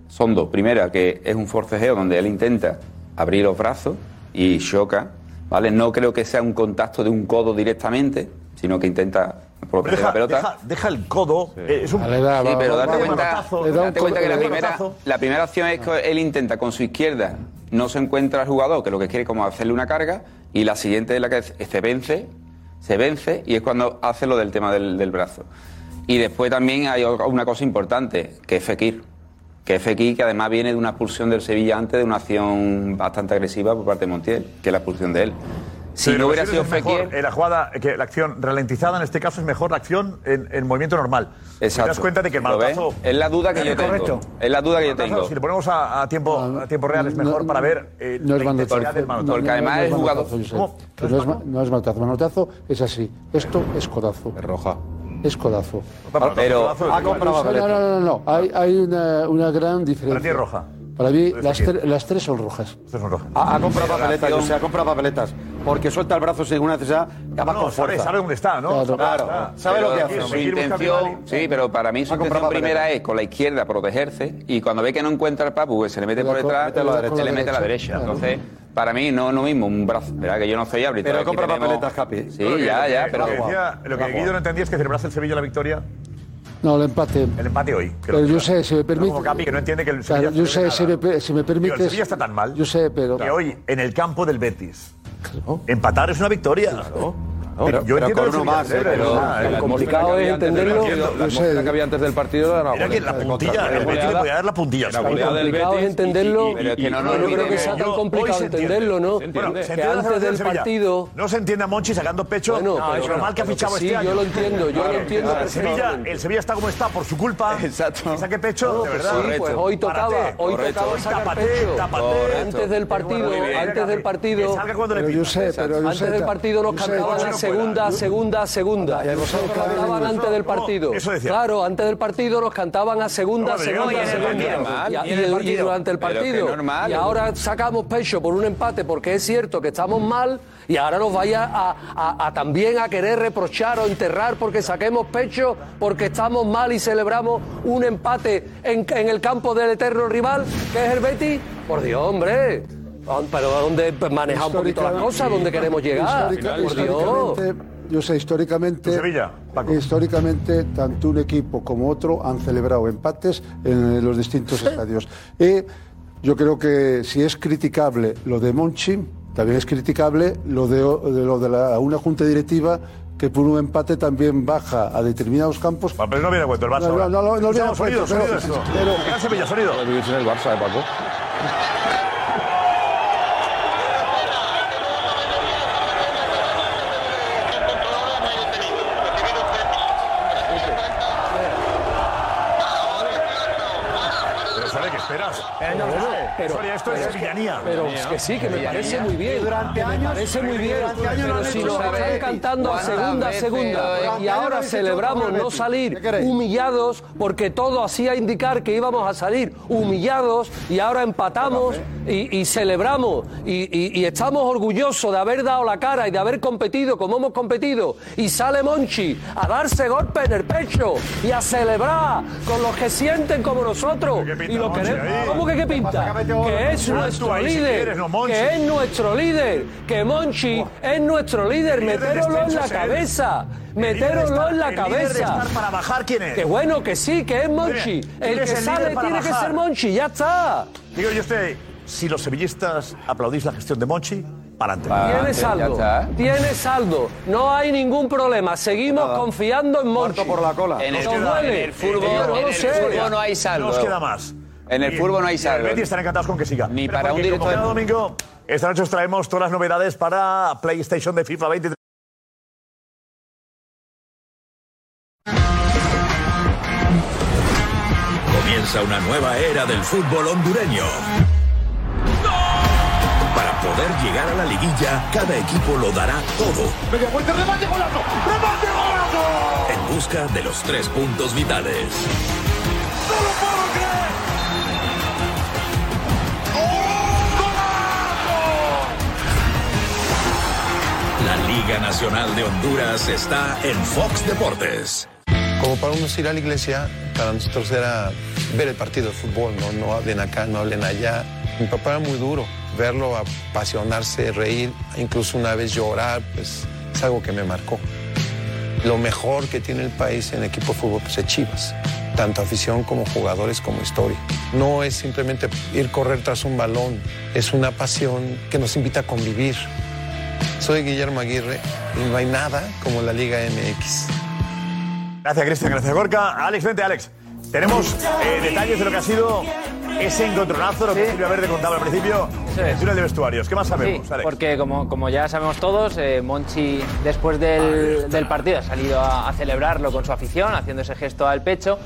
S15: son dos. Primera, que es un forcejeo donde él intenta abrir los brazos y choca, ¿vale? No creo que sea un contacto de un codo directamente, sino que intenta proteger
S7: Deja,
S15: la pelota.
S7: deja- deja el codo. eh, es un,
S15: Sí, pero date cuenta,
S7: manotazo,
S15: date cuenta que la
S18: eh,
S7: un
S15: primera,
S7: manotazo.
S15: la primera acción es que él intenta con su izquierda, no se encuentra al jugador, que lo que quiere es como hacerle una carga, y la siguiente es la que se vence, se vence, y es cuando hace lo del tema del, del brazo. Y después también hay o- una cosa importante, que es Fekir. Que es Fekir, que además viene de una expulsión del Sevilla antes de una acción bastante agresiva por parte de Montiel, que es la expulsión de él. Si
S7: Pero
S15: no hubiera
S7: Brasil
S15: sido
S7: es mejor,
S15: Fekir,
S7: eh, la jugada, que la acción ralentizada en este caso es mejor la acción en, en movimiento normal.
S15: Exacto.
S7: Te das cuenta de que el
S15: ¿Lo ves?
S7: manotazo. Eh,
S15: Es la duda que yo tengo.
S7: Correcto.
S15: Es la duda que yo
S7: Manotazo,
S15: tengo.
S7: Si le ponemos a, a tiempo, a tiempo real es mejor para ver eh,
S18: No es
S7: la
S18: manotazo.
S7: intensidad del manotazo.
S15: Porque además
S18: no es
S15: el jugador-
S18: manotazo, Josep.
S15: ¿Cómo?
S18: Que No es, ma- no es manotazo. Manotazo es así. Esto es codazo. Es roja. Es codazo.
S15: Pero- Pero-
S18: Ah, no, no, no, no, no. Hay, hay una, una gran diferencia.
S15: Para ti es roja.
S18: Para mí
S15: Pero
S18: las,
S15: es que-
S18: tre- las tres son rojas.
S14: Ha, ha comprado papeletas, o sea, ha comprado papeletas. Porque suelta el brazo sin ninguna necesidad, ya va
S15: No,
S14: con
S15: sabe-
S14: fuerza.
S15: sabe dónde
S7: está, ¿no? Ah.
S14: Claro,
S15: Claro,
S14: sabe lo que
S15: pero
S14: hace.
S15: Su intención, sí, pero para mí su intención primera es con la izquierda protegerse y cuando ve que no encuentra el papu, que se le mete por
S14: co-
S15: detrás,
S14: mete a la
S15: se
S14: derecha.
S15: le mete a la derecha.
S14: Claro.
S15: Entonces, para mí no es lo mismo un brazo. Verá que yo no soy árbitro.
S14: Pero
S15: aquí
S14: compra
S15: tenemos-
S14: papeletas, Capi.
S7: Lo
S15: Sí,
S7: que- lo
S15: ya,
S7: que-
S15: ya,
S7: Lo
S15: pero.
S7: que, decía- lo que Guido no entendía es que celebrase el Sevilla la victoria.
S18: No, el empate.
S7: El empate hoy. creo
S18: Pero
S7: que
S18: yo
S7: era.
S18: sé, si me
S7: Pero
S18: permite.
S7: como Capi, que no entiende que el Sevilla
S18: Claro, yo
S7: celebra
S18: sé, si me, per- si me
S7: Digo, el
S18: permites.
S7: Sevilla está tan mal.
S18: Yo sé, pero.
S7: Que hoy, en el campo del Betis, empatar es una victoria. Pero yo entiendo que el Sevilla celebra, es verdad, eh. pues,
S4: La atmósfera que había antes del partido era
S7: Mira que la puntilla, el Betis le podía dar la puntilla.
S4: La goleada
S16: Tan
S4: del
S16: complicado
S4: Betis
S16: es entenderlo.
S4: y- y- pero que no
S16: yo
S4: nos
S16: creo que
S4: olvidemos.
S16: sea tan
S4: Yo-
S16: complicado
S4: hoy se entiende.
S16: entenderlo, ¿no?
S4: Se entiende.
S16: Que
S4: Bueno, se entiende la
S16: antes
S4: celebración
S16: del
S4: del Sevilla.
S16: partido.
S7: No se entiende a Monchi sacando pecho.
S16: Bueno,
S7: No,
S16: pero-
S7: es lo mal que ha
S16: pero
S7: fichado
S16: sí,
S7: este año.
S16: yo lo entiendo, yo
S7: Claro,
S16: lo entiendo
S7: El Sevilla,
S16: perfectamente.
S7: el Sevilla está como está por su culpa. Exacto. Saque pecho, de
S16: pues
S7: verdad.
S16: sí, pues hoy tocaba,
S7: Párate.
S16: hoy tocaba sacar
S7: tápate,
S16: pecho.
S7: tápate.
S16: Antes del partido,
S7: Muy bien.
S16: antes del partido.
S18: Pero yo sé, pero yo
S16: Antes
S18: sé,
S16: del
S18: ta-
S16: partido nos
S18: yo sé,
S16: cantaban
S18: yo
S16: la
S18: no
S16: segunda,
S18: puedo.
S16: segunda, segunda.
S18: Ya, ya lo sé,
S16: Nos
S18: claro,
S16: cantaban
S18: no,
S16: antes del partido. Claro, antes del partido nos cantaban a segunda,
S15: No, pero yo
S16: segunda,
S15: no, y en el
S16: segunda.
S15: partido,
S16: Y-
S15: y en el
S16: y- Y
S15: partido.
S16: durante el
S15: Pero que
S16: partido.
S15: normal.
S16: Y ahora sacamos pecho por un empate porque es cierto que estamos mal y ahora nos vaya a, a- a también a querer reprochar o enterrar porque saquemos pecho porque estamos mal y celebramos un empate en, en el campo del eterno rival que es el Betis. Por Dios, hombre. Ah, Pero ¿dónde maneja un poquito las cosas? ¿Dónde queremos llegar?
S18: Histórica-
S16: Por Dios.
S18: históricamente, Yo sé, históricamente. Históricamente, tanto un equipo como otro han celebrado empates en eh, los distintos estadios. Y yo creo que si es criticable lo de Monchi, también es criticable lo de, de lo de la- una junta directiva que por un empate también baja a determinados campos.
S7: Pero no viene a cuento el Barça.
S18: No, no,
S7: ahora.
S18: no, no, no viene a
S7: Escuchamos sonido,
S18: cuento,
S7: sonido
S18: pero-
S7: esto.
S18: pero-
S7: Gran Sevilla, sonido.
S4: en el Barça de Paco.
S7: Pero sabe que es Esperaos.
S16: Pero, Eh, pero-
S7: Soria, esto
S16: pero
S7: es
S16: que-
S7: villanía.
S16: Pero es que sí, que me parece muy bien. que me parece muy bien. pero si nos están cantando a segunda, a segunda, y ahora celebramos no salir humillados, porque todo hacía indicar que íbamos a salir humillados, y ahora empatamos y, y celebramos, y, y- y estamos orgullosos de haber dado la cara y de haber competido como hemos competido. Y sale Monchi a darse golpe en el pecho y a celebrar con los que sienten como nosotros. Y lo
S7: Monchi
S16: queremos.
S7: ahí?
S16: ¿Cómo que qué pinta? Que es
S7: Ah, tú
S16: nuestro
S7: ahí si
S16: líder.
S7: quieres, no, Monchi.
S16: Que es nuestro líder. Que Monchi es nuestro líder.
S7: líder del
S16: Meteroslo en la
S7: descenso es él.
S16: cabeza.
S7: El líder de
S16: Meteroslo
S7: estar-
S16: en la
S7: el líder de
S16: cabeza.
S7: estar para bajar, ¿quién es?
S16: Que bueno, que sí, que es Monchi.
S7: Mire, ¿quién
S16: El que
S7: es el líder
S16: sale
S7: para
S16: tiene que
S7: bajar?
S16: ser Monchi. Ya está.
S7: Digo yo usted, si los sevillistas aplaudís la gestión de Monchi, para adelante.
S16: Tiene saldo. Tiene saldo. No hay ningún problema. Seguimos confiando en Monchi. por la cola.
S15: En el,
S16: Nos duele.
S15: en el fútbol,
S16: Yo no
S15: en
S16: lo
S15: el
S16: sé.
S15: fútbol no hay saldo.
S7: No os queda más.
S15: En el
S7: Y-
S15: fútbol no hay
S7: y el
S15: saldo.
S7: Betis estarán encantados con que siga.
S15: Ni
S7: Pero
S15: para un
S7: porque como
S15: director.
S7: cada domingo, esta noche os traemos todas las novedades para PlayStation de FIFA 23.
S19: Comienza una nueva era del fútbol hondureño. Para poder llegar a la liguilla, cada equipo lo dará todo
S7: Media vuelta, remate golazo, remate golazo.
S19: en busca de los tres puntos vitales. La Liga Nacional de Honduras está en Fox Deportes.
S20: Como para unos ir a la iglesia, para nosotros era ver el partido de fútbol, no, no hablen acá, no hablen allá. Mi papá era muy duro, verlo apasionarse, reír, incluso una vez llorar, pues es algo que me marcó. Lo mejor que tiene el país en equipo de fútbol pues, es Chivas, tanto afición como jugadores como historia. No es simplemente ir correr tras un balón, es una pasión que nos invita a convivir. Soy Guillermo Aguirre y no hay nada como la Liga MX.
S7: Gracias, Cristian. Gracias, Gorka. Alex, vente, Alex. Tenemos eh, detalles de lo que ha sido ese encontronazo, lo que Silvia Verde contaba al principio. el túnel de vestuarios. ¿Qué más sabemos,
S21: Sí,
S7: Alex?
S21: porque como, como ya sabemos todos, eh, Monchi después del, del partido ha salido a, a celebrarlo con su afición, haciendo ese gesto al pecho.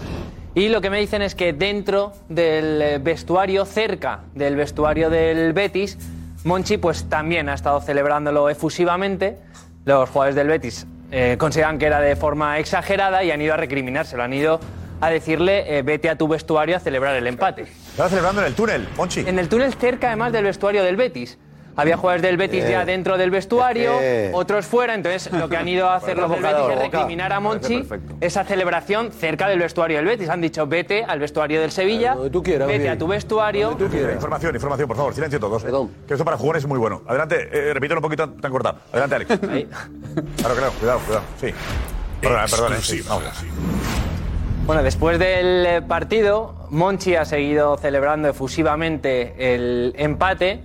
S21: Y lo que me dicen es que dentro del eh, vestuario, cerca del vestuario del Betis, Monchi pues también ha estado celebrándolo efusivamente. Los jugadores del Betis eh, consideran que era de forma exagerada y han ido a recriminárselo, han ido a decirle eh, vete a tu vestuario a celebrar el empate.
S7: Estaba celebrando en el túnel, Monchi.
S21: En el túnel cerca además del vestuario del Betis. Había jugadores del Betis
S7: Bien.
S21: ya dentro del vestuario,
S7: Bien.
S21: otros fuera, entonces lo que han ido a hacer los del Betis
S14: Provocador,
S21: es
S14: Boca.
S21: recriminar a
S14: Me parece
S21: Monchi esa celebración cerca del vestuario del Betis. Han dicho, vete al vestuario del Sevilla, vete a tu vestuario.
S7: Información, información, por favor. Silencio todos. eh. Que esto para jugadores es muy bueno. Adelante, eh, repítelo un poquito tan cortado. Adelante, Alex.
S14: [laughs]
S7: Claro, claro, cuidado, cuidado. Sí. Perdona, perdona. eh, sí, vamos.
S21: Bueno, después del eh, partido, Monchi ha seguido celebrando efusivamente el empate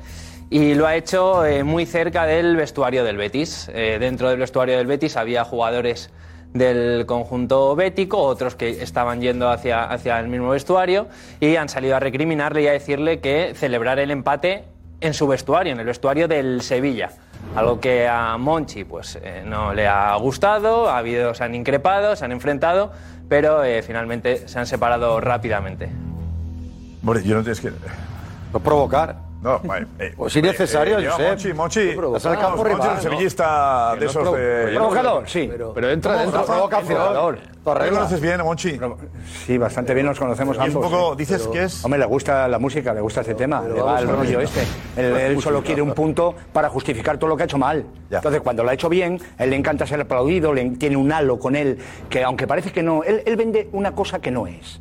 S21: y lo ha hecho eh, muy cerca del vestuario del Betis. Eh, dentro del vestuario del Betis había jugadores del conjunto bético, otros que estaban yendo hacia, hacia el mismo vestuario y han salido a recriminarle y a decirle que celebrar el empate en su vestuario, en el vestuario del Sevilla. Algo que a Monchi pues, eh, no le ha gustado, ha habido, se han increpado, se han enfrentado, pero eh, finalmente se han separado rápidamente.
S7: Hombre, yo no tienes que. No provocar. No, vale. eh,
S21: Pues innecesario,
S7: yo,
S21: Josep.
S7: Monchi, Monchi.
S21: No
S7: Vamos,
S14: Vas al campo
S7: Monchi,
S14: rival,
S7: un
S14: ¿no?
S7: sevillista
S14: Que
S7: de
S14: no
S7: esos
S14: provo-
S7: de.
S14: Provocador, sí. Pero entra
S7: ¿Cómo,
S14: dentro.
S7: Rafa?
S14: Provocador.
S7: ¿Tú lo conoces bien, Monchi?
S14: Sí, bastante bien nos conocemos
S7: Y un
S14: ambos.
S7: poco,
S14: sí.
S7: dices que es-
S14: Hombre, le gusta la música, le gusta este tema, le va
S7: vamos
S14: el
S7: a
S14: rollo
S7: ver.
S14: este. Él, él solo quiere un punto para justificar todo lo que ha hecho mal. Entonces, cuando lo ha hecho bien, a él le encanta ser aplaudido, le, tiene un halo con él, que aunque parece que no, él, él vende una cosa que no es.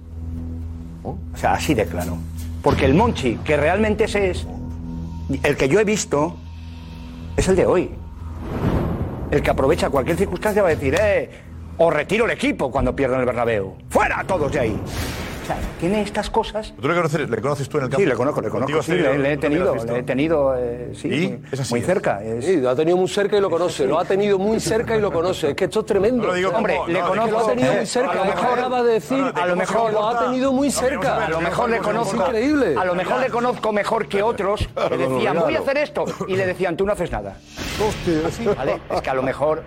S14: O sea, así de claro. Porque el Monchi, que realmente ese es, el que yo he visto, es el de hoy. El que aprovecha cualquier circunstancia va a decir, eh, o retiro el equipo cuando pierdan el Bernabéu. ¡Fuera todos de ahí! O sea, tiene estas cosas.
S7: ¿Tú le conoces, le conoces tú en el campo?
S14: Sí, le conozco, le
S7: Contigo
S14: conozco. Sí,
S7: sí,
S14: le,
S7: ¿no?
S14: le he
S7: ¿Tú también
S14: tenido,
S7: lo has visto?
S14: le he tenido, eh, sí,
S7: ¿Y?
S14: muy-
S7: Es así,
S14: muy
S7: ¿eh?
S14: cerca. es-
S16: Sí, lo ha tenido muy cerca y lo conoce. Lo ha tenido muy cerca y lo conoce. Es que esto es tremendo.
S14: No lo digo
S16: Hombre,
S14: como-
S16: le
S14: no,
S16: conozco.
S14: digo
S16: Lo ha
S14: como-
S16: tenido
S14: eh,
S16: muy cerca.
S14: a
S16: lo
S14: lo mejor-
S16: acaba de decir.
S14: no, no, de cómo se
S16: Lo ha
S14: comporta.
S16: tenido muy
S14: No, vamos a ver,
S16: cerca.
S14: a lo mejor le conozco.
S16: Es increíble.
S14: A lo mejor le conozco mejor que otros. Le
S16: Claro,
S14: decían,
S16: claro.
S14: voy a hacer esto. Y le decían, tú no haces nada. ¿Vale? Es que a lo mejor.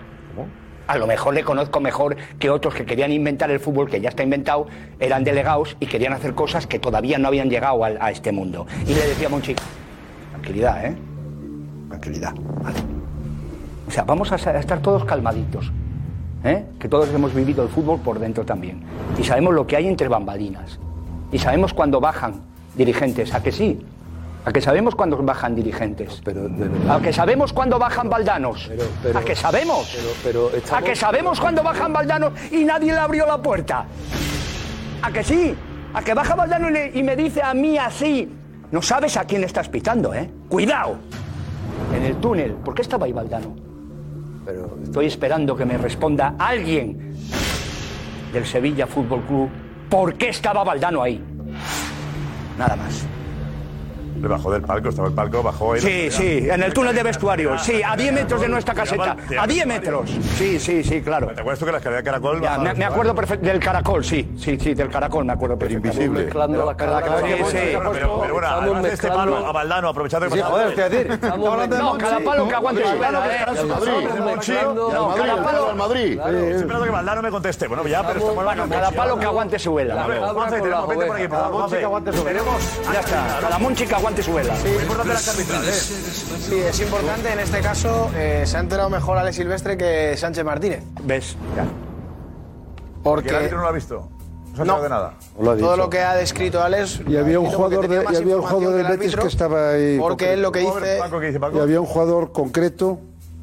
S14: a lo mejor le conozco mejor que otros que querían inventar el fútbol que ya está inventado, eran delegados y querían hacer cosas que todavía no habían llegado al- a, este mundo. Y le decía a Monchi, tranquilidad, ¿eh? Tranquilidad, vale. O sea, vamos a sa- a estar todos calmaditos, ¿eh? que todos hemos vivido el fútbol por dentro también. Y sabemos lo que hay entre bambalinas. Y sabemos cuando bajan dirigentes, ¿a que sí? ¿A que sabemos cuando bajan dirigentes? ¿A que sabemos cuando bajan baldanos?
S16: pero-
S14: ¿A que sabemos?
S16: Pero
S14: ¿A que sabemos cuando bajan Valdano y nadie le abrió la puerta? ¿A que sí? ¿A que baja Valdano y, le- y me dice a mí así? No sabes a quién le estás pitando, ¿eh? ¡Cuidado! En el túnel. ¿Por qué estaba ahí Valdano? Pero estoy esperando que me responda alguien del Sevilla Fútbol Club. ¿Por qué estaba Valdano ahí? Nada más.
S7: Le bajó del palco, estaba el palco, bajó. y-
S14: Sí, sí, en el túnel de vestuario. Sí, a 10 metros de nuestra caseta. A 10 metros. Sí, sí, sí, claro.
S7: ¿Te acuerdas tú que la escalera de caracol?
S14: Ya,
S7: bajaba
S14: me,
S7: del
S14: me acuerdo
S7: vestuario?
S14: perfect- del caracol, sí, sí, sí, del caracol me acuerdo perfectamente.
S7: invisible.
S14: Mezclando la caracol.
S7: Sí, sí. Bueno, pero, pero bueno, además de este palo a Valdano, aprovechando que
S14: Sí,
S7: pasaba-
S14: joder, te voy a decir. Estamos hablando de
S7: No,
S14: Monchi.
S7: cada palo que aguante su
S14: Cada palo
S7: palo.
S14: que estará en su casa, hombre, mezclando- No, cada palo- Claro.
S7: Estoy esperando que Valdano me conteste. Bueno, ya, pero estamos
S14: Bueno, cada palo que aguante su vela.
S7: A ver, Juanfe, tenemos- vente por aquí, por favor, Juanfe.
S14: Ya está, cada monchi que aguante su vela.
S7: ¿eh?
S13: Sí, es importante en este caso, eh, se ha enterado mejor Alex Silvestre que Sánchez Martínez.
S14: ¿Ves?
S7: Porque el
S13: Porque
S7: árbitro no lo ha visto. No se ha
S13: No.
S7: enterado de nada.
S13: todo lo que ha descrito Alex...
S18: Y había un jugador,
S13: tenía
S18: de,
S13: más
S18: y había un jugador del
S13: información que el
S18: Betis que
S13: árbitro,
S18: estaba ahí.
S13: Porque él lo que
S18: concreto.
S13: dice...
S18: Y había un jugador concreto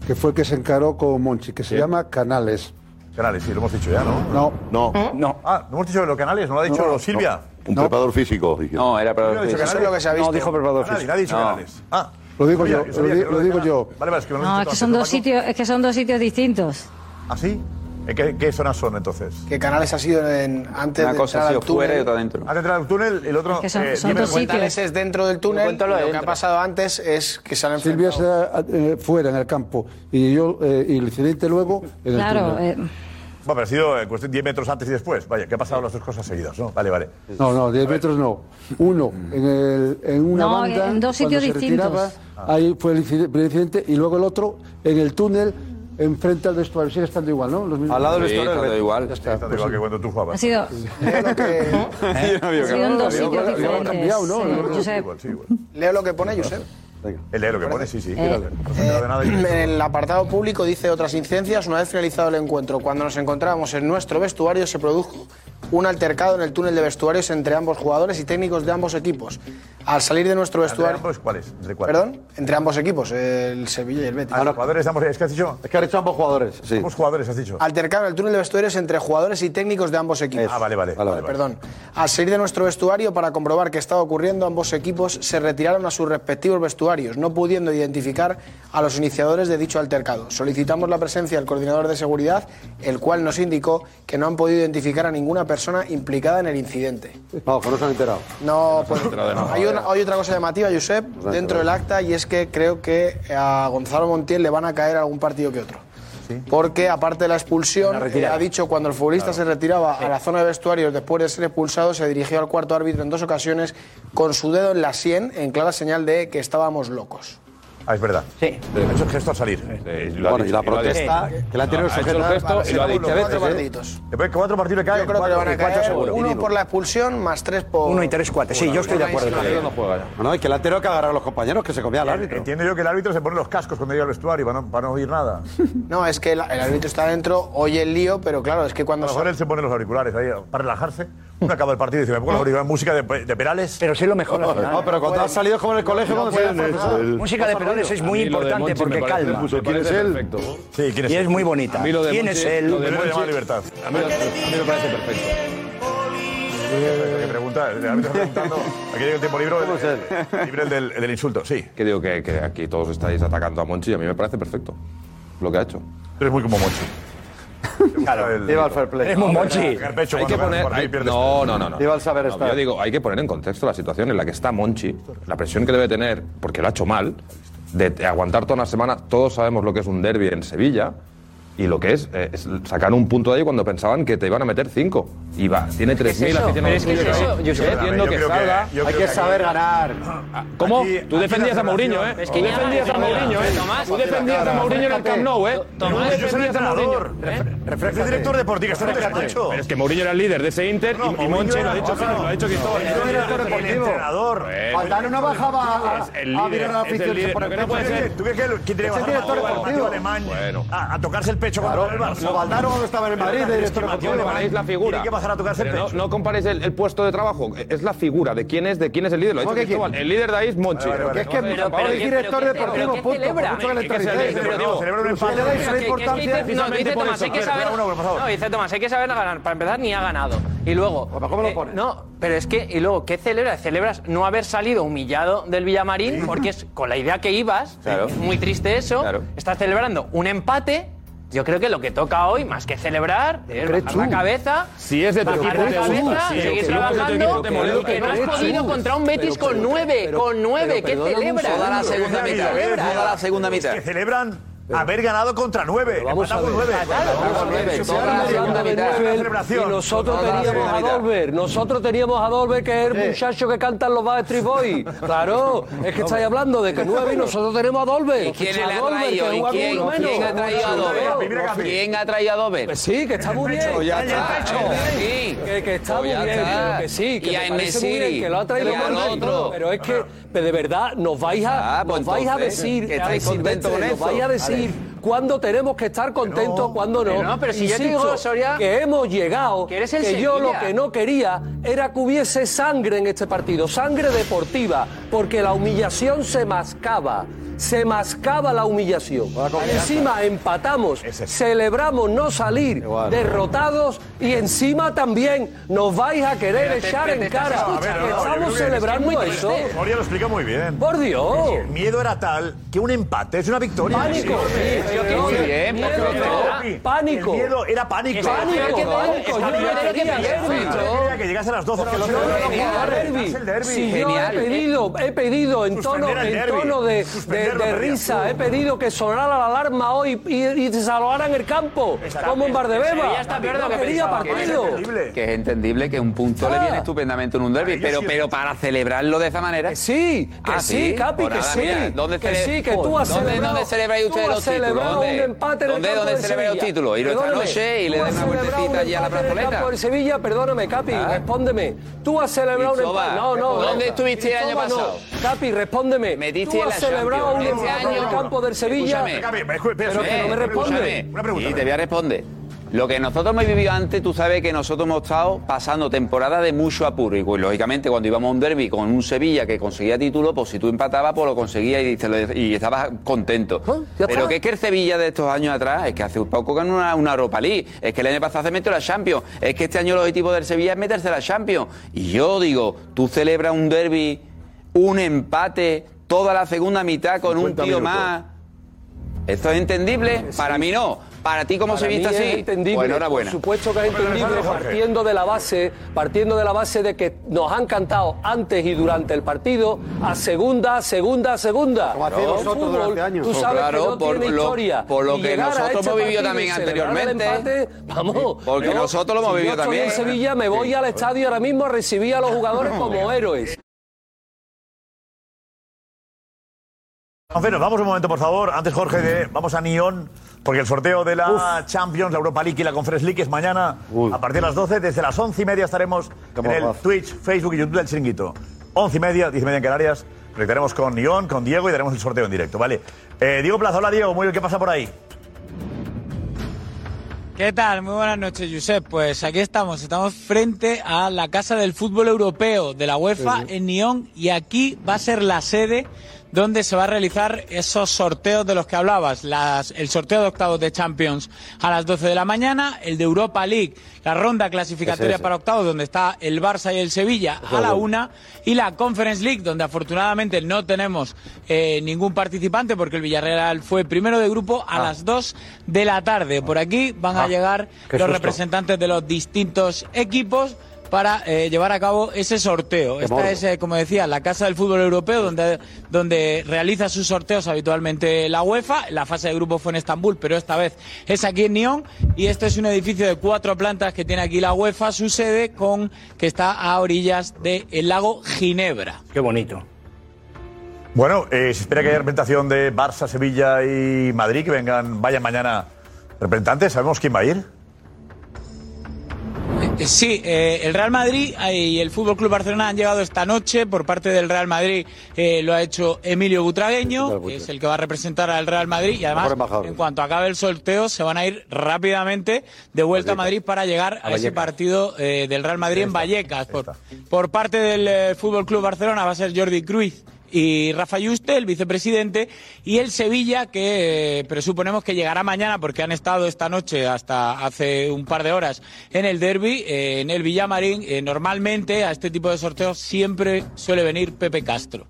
S18: que fue el que se encaró con Monchi, que se llama Canales.
S7: Canales, sí, lo hemos dicho ya, ¿no?
S18: No.
S3: No.
S14: No.
S7: Ah, no hemos dicho de los canales, no lo ha dicho
S3: No,
S7: Silvia.
S3: Un preparador físico.
S15: No, era
S7: ¿Quién ha dicho Canales?
S18: No, dijo preparador
S7: Canales,
S18: físico.
S7: nadie ha dicho
S18: No.
S7: canales. Ah.
S18: Lo digo yo,
S7: Yo
S18: lo,
S7: sabía
S18: di-
S7: que
S18: lo digo yo.
S7: Vale, vale, es que me lo
S12: No,
S7: han
S12: es
S7: dicho
S12: que son dos sitios, es que son dos sitios distintos.
S7: ¿Ah, sí? ¿En qué, qué zonas son entonces?
S13: Que Canales ha sido en- antes
S7: Una
S13: de
S7: cosa
S13: entrar
S7: ha sido
S13: al túnel.
S7: fuera y otra
S15: dentro.
S7: Antes de entrar al túnel, el otro.
S13: Es que son-
S7: eh,
S13: son
S7: dime,
S13: dos
S7: cuéntale.
S13: sitios. es dentro del túnel. Lo, que ha pasado antes es que se han enfrentado.
S18: Silvia está eh, fuera en el campo y yo eh, y el incidente luego en el túnel.
S7: Bueno, pero ha sido eh, cuestión 10 metros antes y después. Vaya, que ha pasado las dos cosas seguidas, ¿no? Vale, vale.
S18: No, no, 10 metros no. Uno, en, el- en una
S12: No,
S18: banda.
S12: en dos
S18: cuando
S12: sitios
S18: se
S12: distintos.
S18: retiraba, ahí fue el incidente, primer incidente, y luego el otro en el túnel, enfrente al vestuario. Sigue estando igual, ¿no? Los mismos-
S15: Sí, está todo igual.
S7: Está todo igual que cuando tú jugabas.
S15: [laughs]
S12: Ha sido, ha sido en dos sitios
S7: Lo han
S12: diferentes.
S7: cambiado, ¿no?
S12: eh,
S7: Lo han-
S12: Josep.
S13: Leo lo que pone, Josep.
S7: El de lo que pone, sí, sí.
S13: Eh,
S7: No se entera de nada.
S13: En el apartado público dice otras incidencias. Una vez finalizado el encuentro, cuando nos encontrábamos en nuestro vestuario, se produjo un altercado en el túnel de vestuarios entre ambos jugadores y técnicos de ambos equipos. Al salir de nuestro
S7: ¿Entre
S13: vestuario.
S7: ambos cuáles? ¿De cuáles?
S13: Perdón, entre ambos equipos, el Sevilla y el Betis.
S7: Ah, no, jugadores, ambos. Es que has dicho. Es que has dicho ambos jugadores.
S3: Sí.
S7: Ambos jugadores, has dicho.
S13: Altercado en el túnel de vestuarios entre jugadores y técnicos de ambos equipos.
S7: Ah, vale, vale. vale, vale.
S13: Perdón. Al salir de nuestro vestuario para comprobar qué estaba ocurriendo, ambos equipos se retiraron a sus respectivos vestuarios, no pudiendo identificar a los iniciadores de dicho altercado. Solicitamos la presencia del coordinador de seguridad, el cual nos indicó que no han podido identificar a ninguna persona implicada en el incidente.
S18: Vamos, que no se han enterado.
S13: No,
S18: se han
S13: pues,
S18: enterado de nada.
S13: hay, una- hay otra cosa llamativa, Josep,
S14: Pues
S18: han
S13: dentro del acta, y es que creo que a Gonzalo Montiel le van a caer algún partido que otro. Porque aparte de la expulsión,
S14: La retirada.
S13: eh, ha dicho cuando el futbolista se retiraba a la zona de vestuarios después de ser expulsado, se dirigió al cuarto árbitro en dos ocasiones con su dedo en la sien, en clara señal de que estábamos locos.
S7: Ah, es verdad.
S13: Sí.
S7: Ha hecho el gesto al salir. Eh,
S3: Bueno, y la
S14: Eh,
S3: protesta, que la ha tenido sujeta.
S13: Cuatro partiditos.
S7: ¿eh? Después cuatro partidos le caen.
S13: Yo creo que le van a
S7: cuatro
S13: caer
S7: seguro.
S13: uno por la expulsión más tres por...
S14: Uno y tres, cuatro. Sí, yo estoy de acuerdo.
S3: no juega Bueno, es que el atero que agarrar a los compañeros que se comía al árbitro.
S7: Entiendo yo que el árbitro se pone los cascos cuando llega al vestuario para no, para no oír
S3: [laughs]
S7: nada.
S13: No, es que el, el árbitro está dentro, oye el lío, pero claro, es que
S7: A
S13: cuando...
S7: lo mejor él se pone los auriculares ahí para relajarse. Uno acaba el partido y dice, me pongo los auriculares, música de, de Perales.
S14: Pero sí lo mejor.
S3: No, pero cuando has salido como en el colegio,
S14: No
S3: cuando se
S14: puede pasar. Música de Perales es muy importante porque calma.
S3: ¿Quién es él?
S7: Sí, ¿quién
S14: es Y es él? muy bonita. A mí lo de ¿Quién Monchi- es él? lo de
S7: Primero
S14: Monchi-
S7: llamada libertad.
S14: A mí lo- a mí
S7: me parece perfecto. ¿Qué pregunta? El árbitro preguntando. Aquí hay un tiempo libre. Eh, Libre el del, el del insulto, sí.
S4: Que digo que, que aquí todos estáis atacando a Monchi y a mí me parece perfecto lo que ha hecho.
S7: Eres muy como Monchi. [laughs] Claro,
S4: Lleva al fair play.
S7: Es muy Monchi. Sacar eh, pecho
S4: Hay que
S7: cuando ganas
S4: poner.
S7: por ahí, este.
S4: hay-
S7: pierdes
S4: no,
S7: tú.
S4: no, no. no.
S7: Lleva al saber
S4: No,
S7: estar.
S4: Yo digo, hay que poner en contexto la situación en la que está Monchi, la presión que debe tener, porque lo ha hecho mal, de te- aguantar toda una semana. Todos sabemos lo que es un derby en Sevilla y lo que es, eh, es sacar un punto de ahí cuando pensaban que te iban a meter cinco.
S22: Y va, tiene
S21: ¿Qué es
S22: 3.000,
S21: eso?
S22: aquí tiene
S21: Pero es que es
S22: 2.000.
S21: eso, Josep. Yo entiendo que salga, hay que saber ganar.
S22: ¿Cómo?
S21: Aquí-
S22: Tú
S21: aquí
S22: defendías
S21: la
S22: a Mourinho, ¿eh?
S21: relación- Es que
S22: Tú
S21: ya-
S22: defendías a Mourinho, ¿eh?
S21: Tomás,
S22: Tú defendías a Mourinho en el Camp Nou, ¿eh? Tú
S21: Tomás, yo soy
S22: defendías a Mourinho.
S21: entrenador.
S22: Refrescate.
S7: Soy director deportivo, estoy
S22: Refrescate.
S7: despacho.
S22: Pero es que Mourinho era el líder de ese Inter y- y Monchi lo ha dicho Félix, lo ha dicho Cristóbal.
S7: Yo era el entrenador.
S22: Bueno,
S7: Aldano no bajaba a,
S22: el líder,
S7: mirar a la
S22: es el
S7: afición.
S22: líder,
S7: por
S22: lo que no
S7: ejemplo.
S22: puede ser.
S7: ¿Tú crees que el- que tiene
S22: Es el
S7: que bajar
S22: director
S7: Mateo-
S22: deportivo.
S7: Mateo Alemán
S22: Bueno.
S7: Ah, a, a tocarse el pecho contra el
S22: no,
S7: Barça? Pero
S22: es que
S7: Mateo
S22: Mateo
S7: Alemán
S22: Alemán es la figura.
S7: Tiene que bajar a tocarse el
S22: Pero no-
S7: pecho.
S22: No, comparéis el, el puesto de trabajo, es la figura de quién es, de quién es el líder. Lo ha
S7: ¿Cómo
S22: dicho
S7: que quién?
S22: Cristóbal. El líder de ahí es Monchi.
S7: Vale, vale, vale. Pero-
S22: San Paolo
S7: pero-
S22: es
S7: pero-
S22: director
S7: pero-
S22: deportivo,
S7: pero ¿qué
S22: punto.
S7: celebra?
S22: Por mucho que le
S7: ¿Qué- qué
S22: entrevistéis,
S7: celebra?
S22: deportivo.
S7: No, celebra un
S22: Pero si
S7: empate.
S22: le dais la
S7: Que- que- que-
S22: importancia,
S7: que- que-
S21: No, dice
S22: precisamente por
S21: Tomás,
S22: eso.
S21: hay que
S22: Pero-
S21: saber.
S22: pero uno, por favor.
S21: No, dice Tomás, hay que saber ganar. Para empezar, ni ha ganado. Y luego. ¿Cómo lo pones? No, pero es que. Y luego, ¿qué celebras? Celebras no haber salido humillado del Villamarín, porque es con la idea que ibas.
S15: Claro.
S21: es Muy triste eso.
S15: Claro.
S21: Estás celebrando un empate. Yo creo que lo que toca hoy, más que celebrar, es
S22: crees
S21: bajar la
S22: tú?
S21: cabeza.
S22: Si es de tu
S21: bajar
S22: equipo,
S21: la
S22: te mola.
S21: cabeza,
S22: Si es de
S21: seguir
S22: tu equipo, te
S21: trabajando.
S22: mola.
S21: y Que no has
S22: Pero
S21: podido
S22: crees
S21: contra un
S22: tú.
S21: Betis
S22: Pero-
S21: con
S22: pero-
S21: nueve.
S22: pero-
S21: Con nueve.
S22: pero
S21: ¿Qué
S22: perdóname un
S21: celebras?
S22: segundo.
S15: la segunda mitad, toda la segunda
S7: Es
S15: mitad.
S7: Que celebran haber ganado contra nueve. Empatamos nueve.
S16: Dolber,
S7: celebración.
S16: Y nosotros
S7: Toda la
S16: teníamos a
S7: segunda mitad.
S16: Dolber, nosotros teníamos a Dolber que es el muchacho que cantan los Backstreet
S15: [laughs]
S16: Boys. Claro, es que estáis hablando de que nueve y nosotros tenemos a Dolber.
S15: ¿Y quién
S16: A
S15: le ha
S16: Dolber,
S15: traído?
S16: que
S15: ¿Y
S16: juega con
S15: quién,
S16: uno menos.
S15: quién ha traído a Dover? ¿Quién ha traído a Dover?
S16: Pues sí, que está muy bien.
S15: Pues ya está.
S16: Sí, que, que está
S15: Pues ya
S16: muy bien,
S15: está.
S16: pero que sí, que
S15: Y
S16: me
S15: a
S16: parece muy
S15: Enesiri,
S16: bien, que lo ha traído
S15: y al
S16: Monchi,
S15: otro.
S16: Pero es que, pero de verdad, nos vais a,
S15: Ah, pues
S16: nos vais a
S15: entonces,
S16: decir,
S15: que estáis
S16: nos
S15: contentos con eso.
S16: vais a decir cuándo tenemos que estar contentos, cuándo no.
S21: que no, pero si yo te
S16: Insisto,
S21: digo, Soria,
S16: que hemos llegado,
S21: que eres el
S16: yo lo
S21: Sevilla.
S16: que no quería era que hubiese sangre en este partido, sangre deportiva, porque la humillación se mascaba. Se mascaba la humillación. Encima empatamos, celebramos no salir derrotados y encima también nos vais a querer
S7: Pero te-
S16: echar
S7: te-
S16: en
S7: te
S16: cara.
S7: estás escuchando. A ver, no, yo creo
S16: Estamos
S7: que
S16: celebrando
S7: es muy
S16: eso.
S7: triste. Moria lo explica muy bien.
S16: Por Dios.
S7: El miedo era tal que un empate es una victoria.
S16: Pánico.
S7: Sí,
S16: Sí, yo
S7: sí,
S16: creo
S7: sí. eh,
S16: que- bien,
S7: Miedo,
S16: porque lo tengo.
S7: Papi,
S16: Pánico.
S7: El miedo era pánico.
S16: Pánico,
S7: Yo
S16: pánico,
S7: quería-
S16: yo no
S7: yo
S16: quería
S7: quería
S16: que
S7: eso.
S16: derbi,
S7: Yo
S16: yo.
S7: quería que llegase a las 12 de la noche.
S16: No, no,
S7: Yo quería
S16: no,
S7: que
S16: derbi.
S7: llegase el derbi.
S16: Si yo he pedido, he pedido en tono,
S7: Suspender el
S16: en
S7: derbi.
S16: tono de, de,
S7: Suspenderlo
S16: de
S7: debería.
S16: risa, he pedido que sonara la alarma hoy y, y desalojaran el campo, como en Bardebeba.
S21: Sevilla está peor de
S16: No
S21: lo que
S16: quería
S21: pensaba, que
S16: partido. Ah.
S15: Que es entendible Ah, que un punto le viene estupendamente en un derby, pero, pero para celebrarlo de esa manera. Ah,
S16: sí,
S15: que
S16: sí, Capi, que sí,
S15: ¿dónde
S16: que
S15: cele-
S16: sí, que tú has
S15: ¿dónde,
S16: celebrado-
S15: ¿Dónde celebráis
S16: tú
S15: ustedes
S16: has
S15: los títulos?
S16: celebrado
S15: ¿Dónde,
S16: un empate en el
S15: ¿Dónde,
S16: campo
S15: dónde
S16: de
S15: celebráis los
S16: Sevilla?
S15: títulos? Y lo esta
S16: Perdóname,
S15: noche y le
S16: tú
S15: dan
S16: has
S15: una
S16: celebrado
S15: vueltecita
S16: un
S15: allí a la
S16: empate en el
S15: plazoleta.
S16: campo de Sevilla, perdóname, Capi, respóndeme. Tú has celebrado un
S15: Cristóbal,
S16: empate. No, no.
S15: ¿dónde
S16: no.
S15: estuviste el año
S16: Cristóbal, no.
S15: pasado?
S16: Capi, respóndeme.
S15: Metiste
S16: tú
S15: en
S16: has
S15: la
S16: celebrado un
S15: Champions.
S16: empate
S15: Este
S16: en el
S15: año,
S16: campo del Sevilla.
S15: Escúchame.
S16: Pero que no me responde.
S15: Escúchame. Sí, te voy a responder. Lo que nosotros hemos vivido antes, tú sabes que nosotros hemos estado pasando temporada de mucho apuro. Y pues, lógicamente, cuando íbamos a un derby con un Sevilla que conseguía título, pues si tú empatabas, pues lo conseguías y, te lo- y estabas contento. Pero que es que el Sevilla de estos años atrás, es que hace poco ganó una, una Europa League, es que el año pasado se metió la Champions, es que este año el objetivo del Sevilla es meterse a la Champions. Y yo digo, tú celebras un derby, un empate, toda la segunda mitad con un
S16: 50
S15: tío
S16: minutos.
S15: más. ¿Esto es entendible? Para mí no. Para ti como
S16: Para
S15: se viste
S16: mí es
S15: así.
S16: entendible,
S15: Pues enhorabuena.
S16: Por supuesto que es entendible partiendo de la base, partiendo de la base de que nos han cantado antes y durante el partido a segunda, a segunda, a segunda. Como
S15: hacéis vosotros durante años.
S16: Tú sabes
S15: Pues Claro,
S16: que no
S15: por
S16: tiene
S15: lo-
S16: historia.
S15: por lo
S16: Y
S15: que
S16: llegar a
S15: nosotros
S16: este
S15: hemos
S16: partido
S15: vivido
S16: y
S15: también
S16: celebrar el
S15: anteriormente.
S16: empate, vamos.
S15: Porque
S16: yo-
S15: nosotros lo hemos
S16: si
S15: vivido
S16: yo estoy
S15: también.
S16: en Sevilla me voy al estadio ahora mismo a recibir
S15: [laughs]
S16: a los jugadores como héroes.
S7: Entonces, nos vamos un momento, por favor. Antes, Jorge, de, vamos a Nyon, porque el sorteo de la Champions, la Europa League y la Conference League es mañana a partir de las 12. Desde las 11 y media estaremos en el Twitch, Facebook y YouTube del Chiringuito. 11 y media, 10 y media en Canarias. Conectaremos con Nyon, con Diego y daremos el sorteo en directo, ¿vale? Eh, Diego Plaza, hola Diego, muy bien, ¿qué pasa por ahí?
S2: ¿Qué tal? Muy buenas noches, Josep. Pues aquí estamos, estamos frente a la Casa del Fútbol Europeo de la UEFA en Nyon y aquí va a ser la sede donde se va a realizar esos sorteos de los que hablabas. Las- el sorteo de octavos de Champions a las 12 de la mañana, el de Europa League, la ronda clasificatoria
S5: Ese, ese.
S2: para octavos donde está el Barça y el Sevilla
S5: Ese
S2: a la
S5: bueno.
S2: una una, y la Conference League, donde afortunadamente no tenemos eh, ningún participante porque el Villarreal fue primero de grupo
S23: Ah.
S2: a las 2 de la tarde. Por aquí van a llegar
S23: qué susto.
S2: los representantes de los distintos equipos. para eh, llevar a cabo ese sorteo.
S1: Qué
S2: Esta
S1: morbo.
S2: es, eh, como decía, la Casa del Fútbol Europeo, donde, donde realiza sus sorteos habitualmente la UEFA. La fase de grupos fue en Estambul, pero esta vez es aquí en Nyon. Y este es un edificio de cuatro plantas que tiene aquí la UEFA, su sede, con, que está a orillas del lago Ginebra.
S14: Qué bonito.
S7: Bueno, eh, se espera que haya representación de Barça, Sevilla y Madrid, que vengan, vayan mañana representantes. ¿Sabemos quién va a ir?
S2: Eh, Sí, eh, el Real Madrid eh, y el Fútbol Club Barcelona han llegado esta noche. Por parte del Real Madrid eh, lo ha hecho Emilio Butragueño, que es el que va a representar al Real Madrid. Y además,
S1: Mejor embajador.
S2: en cuanto acabe el sorteo, se van a ir rápidamente de vuelta a Madrid para llegar a ese
S1: Vallecas.
S2: partido eh, del Real Madrid en Vallecas. Por, por parte del eh, Fútbol Club Barcelona va a ser Jordi Cruz y Rafa Yuste, el vicepresidente, y el Sevilla, que eh, presuponemos que llegará mañana, porque han estado esta noche hasta hace un par de horas en el derby, en el Villamarín. Eh, normalmente a este tipo de sorteos siempre suele venir Pepe Castro.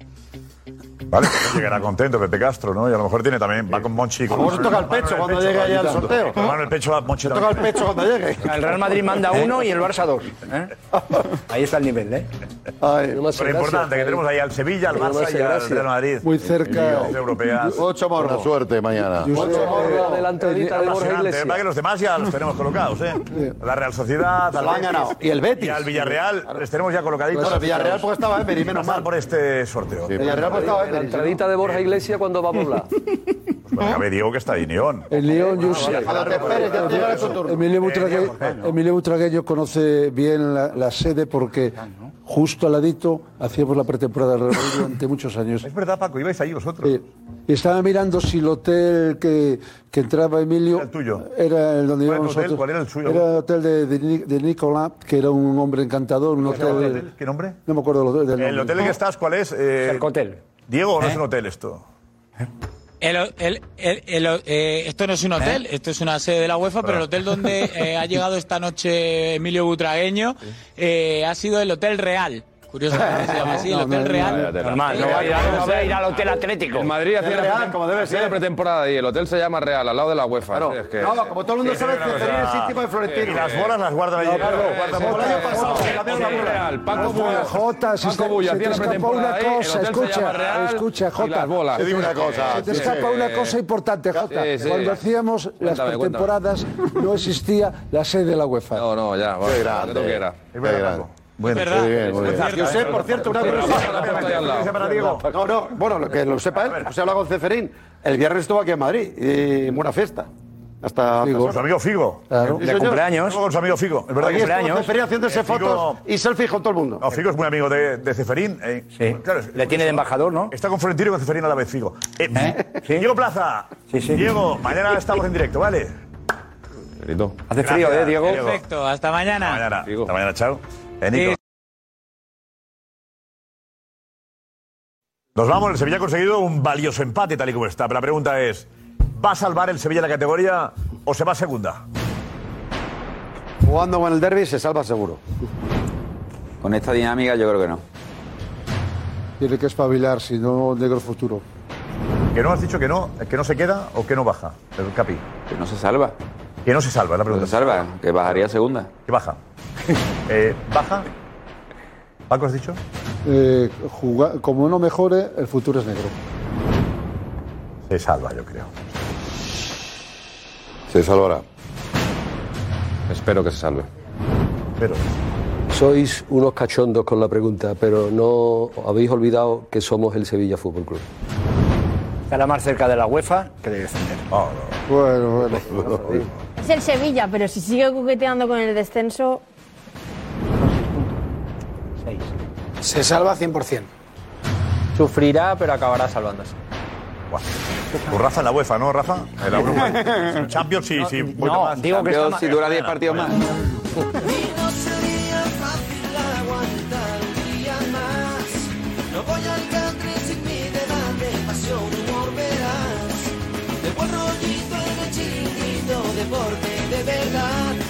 S7: Vale, pues llegará contento Pepe Castro, ¿no? Y a lo mejor tiene también, va con Monchi. Con
S14: mejor se toca el pecho cuando llegue
S7: va
S14: ahí al
S7: agitando.
S14: sorteo.
S7: Con la mano en el pecho a Monchi
S14: Toca el
S7: también. ¿Eh?
S14: pecho cuando llegue. El Real Madrid
S7: [laughs]
S14: manda uno y el Barça dos. ¿eh? Ahí está el nivel, ¿eh?
S7: Pero importante, que tenemos ahí al Sevilla, al
S14: Pero no me
S7: Barça
S14: hace
S7: y al
S14: gracia.
S7: Real Madrid.
S18: Muy cerca.
S7: Liga Europea.
S3: Ocho morros. Buena suerte mañana.
S7: Apasionante, ¿eh? Para que los demás ya los tenemos colocados, ¿eh? A La Real Sociedad, al
S1: Lo han ganado. Y el Betis.
S7: Y al Villarreal, les tenemos ya colocaditos.
S1: Bueno, el Villarreal porque estaba Emery, menos
S7: Pasar por este sorteo.
S18: El Villarreal porque estaba
S16: La entradita de Borja Iglesias cuando
S15: [laughs]
S16: va a hablar.
S7: Bueno, cabe Diego que está Ah, ahí, Neón.
S18: El León, yo sé.
S7: Eh,
S18: Emilio Butragueño- Emilio Butragueño conoce bien la, la sede porque justo al ladito hacíamos la pretemporada del Real Madrid durante muchos años.
S7: Es verdad, Paco, ibais ahí vosotros.
S18: Sí. Y estaba mirando si el hotel que, que entraba Emilio era el
S7: tuyo.
S18: Era el donde
S7: ¿Cuál era tu
S18: íbamos
S7: hotel?
S18: nosotros.
S7: ¿Cuál era el suyo?
S18: Era el hotel de, de, Ni- de Nicolás, que era un hombre encantador, un
S7: ¿Cómo se llamaba el
S18: hotel.
S7: hotel? ¿Qué nombre?
S18: No me acuerdo del hotel. del
S7: ¿El
S18: nombre.
S7: hotel en que estás cuál ¿Ah? es? Eh,
S14: hotel.
S7: Diego, ¿o no es un hotel esto?
S2: El, o- el- el- el o- eh, esto no es un hotel, esto es una sede de la UEFA, pero el hotel donde eh, ha llegado esta noche Emilio Butragueño eh, ha sido el Hotel Real. Curiosamente se llama así, el
S14: No,
S2: Hotel
S14: no,
S2: Real.
S14: Normal, no va a ir, no va a ir al hotel atlético.
S4: En Madrid hacía la,
S14: Real,
S4: pretem- hacía la pretemporada y el hotel se llama Real, al lado de la UEFA. Sí, es que-
S1: No, como todo el mundo sabe,
S4: una
S1: preferir el
S4: cosa-
S1: sitio de Florentino.
S4: Y las bolas las guardan allí. Claro, guardan
S1: Como el año
S4: bolas.
S1: pasado, que cambiaron la
S4: Sí,
S1: bola.
S4: Real, Paco Bull.
S18: Jota, si
S4: Paco
S18: se-
S4: Bull,
S18: se
S4: hacía
S18: te
S4: la
S18: escapa
S4: pretemporada
S18: una
S4: ahí, el
S18: cosa,
S4: hotel se
S18: escucha,
S4: llama Real
S18: escucha,
S4: y
S18: Jota.
S4: las bolas.
S18: Te digo una cosa, Se te
S4: Sí.
S18: escapa una cosa importante, Jota.
S4: Sí, sí.
S18: Cuando hacíamos las
S4: Cuéntame,
S18: pretemporadas no existía la sede de la UEFA.
S4: No, no, ya. bueno,
S3: Qué grande.
S4: lo que era.
S3: Es verdad, Paco. Bueno,
S4: verdad.
S3: muy bien, muy bien.
S4: Es cierto,
S1: Josep, por cierto, una curiosidad. No, no, bueno, lo que lo sepa él, José habla con Ceferín. El viernes estuvo aquí en Madrid y en buena fiesta. Hasta.
S7: Con su amigo Figo.
S1: Claro.
S7: Sí,
S1: De
S7: señor.
S1: cumpleaños.
S7: Estuvo Con su amigo Figo. Es verdad
S1: Aquí
S7: que
S1: estuvo Ceferín haciéndose
S7: Eh, Figo-
S1: fotos y selfies con todo el mundo.
S7: No, Figo es muy amigo de, de Ceferín. eh, claro, Le tiene de embajador, ¿no? Está con Florentino y con Ceferín a la vez, Figo. Eh, Diego Plaza. Diego, mañana estamos en directo, ¿vale?
S14: Hace frío, ¿eh, Diego?
S2: Perfecto, hasta mañana.
S7: Hasta mañana, Hasta mañana, chao. Eh,
S2: Sí,
S7: Nico. Nos vamos, el Sevilla ha conseguido un valioso empate tal y como está. Pero la pregunta es, ¿va a salvar el Sevilla la categoría o se va a segunda?
S1: Jugando con el derby se salva seguro.
S15: Con esta dinámica yo creo que no.
S18: Tiene que espabilar, si no, negro futuro.
S7: ¿Que no has dicho que no, que no se queda o que no baja? El Capi.
S15: Que no se salva.
S7: Que no se salva, la
S15: pregunta. No se salva, que bajaría a segunda.
S7: Que baja. Eh, ¿Baja? ¿Paco has dicho?
S18: Eh, juga- como no mejore, el futuro es negro.
S7: Se salva, yo creo.
S3: Se salvará.
S4: Espero que se salve.
S7: Pero.
S16: Sois unos cachondos con la pregunta, pero no habéis olvidado que somos el Sevilla Fútbol Club.
S14: Está la más cerca de la UEFA que de defender.
S18: Bueno, bueno.
S5: Es el Sevilla, pero si sigue coqueteando con el descenso,
S13: Se salva 100%.
S21: Sufrirá, pero acabará salvándose.
S7: Pues Rafa en la UEFA, ¿no, Rafa? En la
S15: [laughs]
S7: Europa. Champions, sí, sí. un poquito
S15: no,
S7: más.
S15: digo que Champions, está- si dura 10 partidos más.
S8: No sería fácil aguantar un día más. No voy al country sin mi debate, pasión, humor, verás. De buen rollito en el chiringuito, deporte de verdad.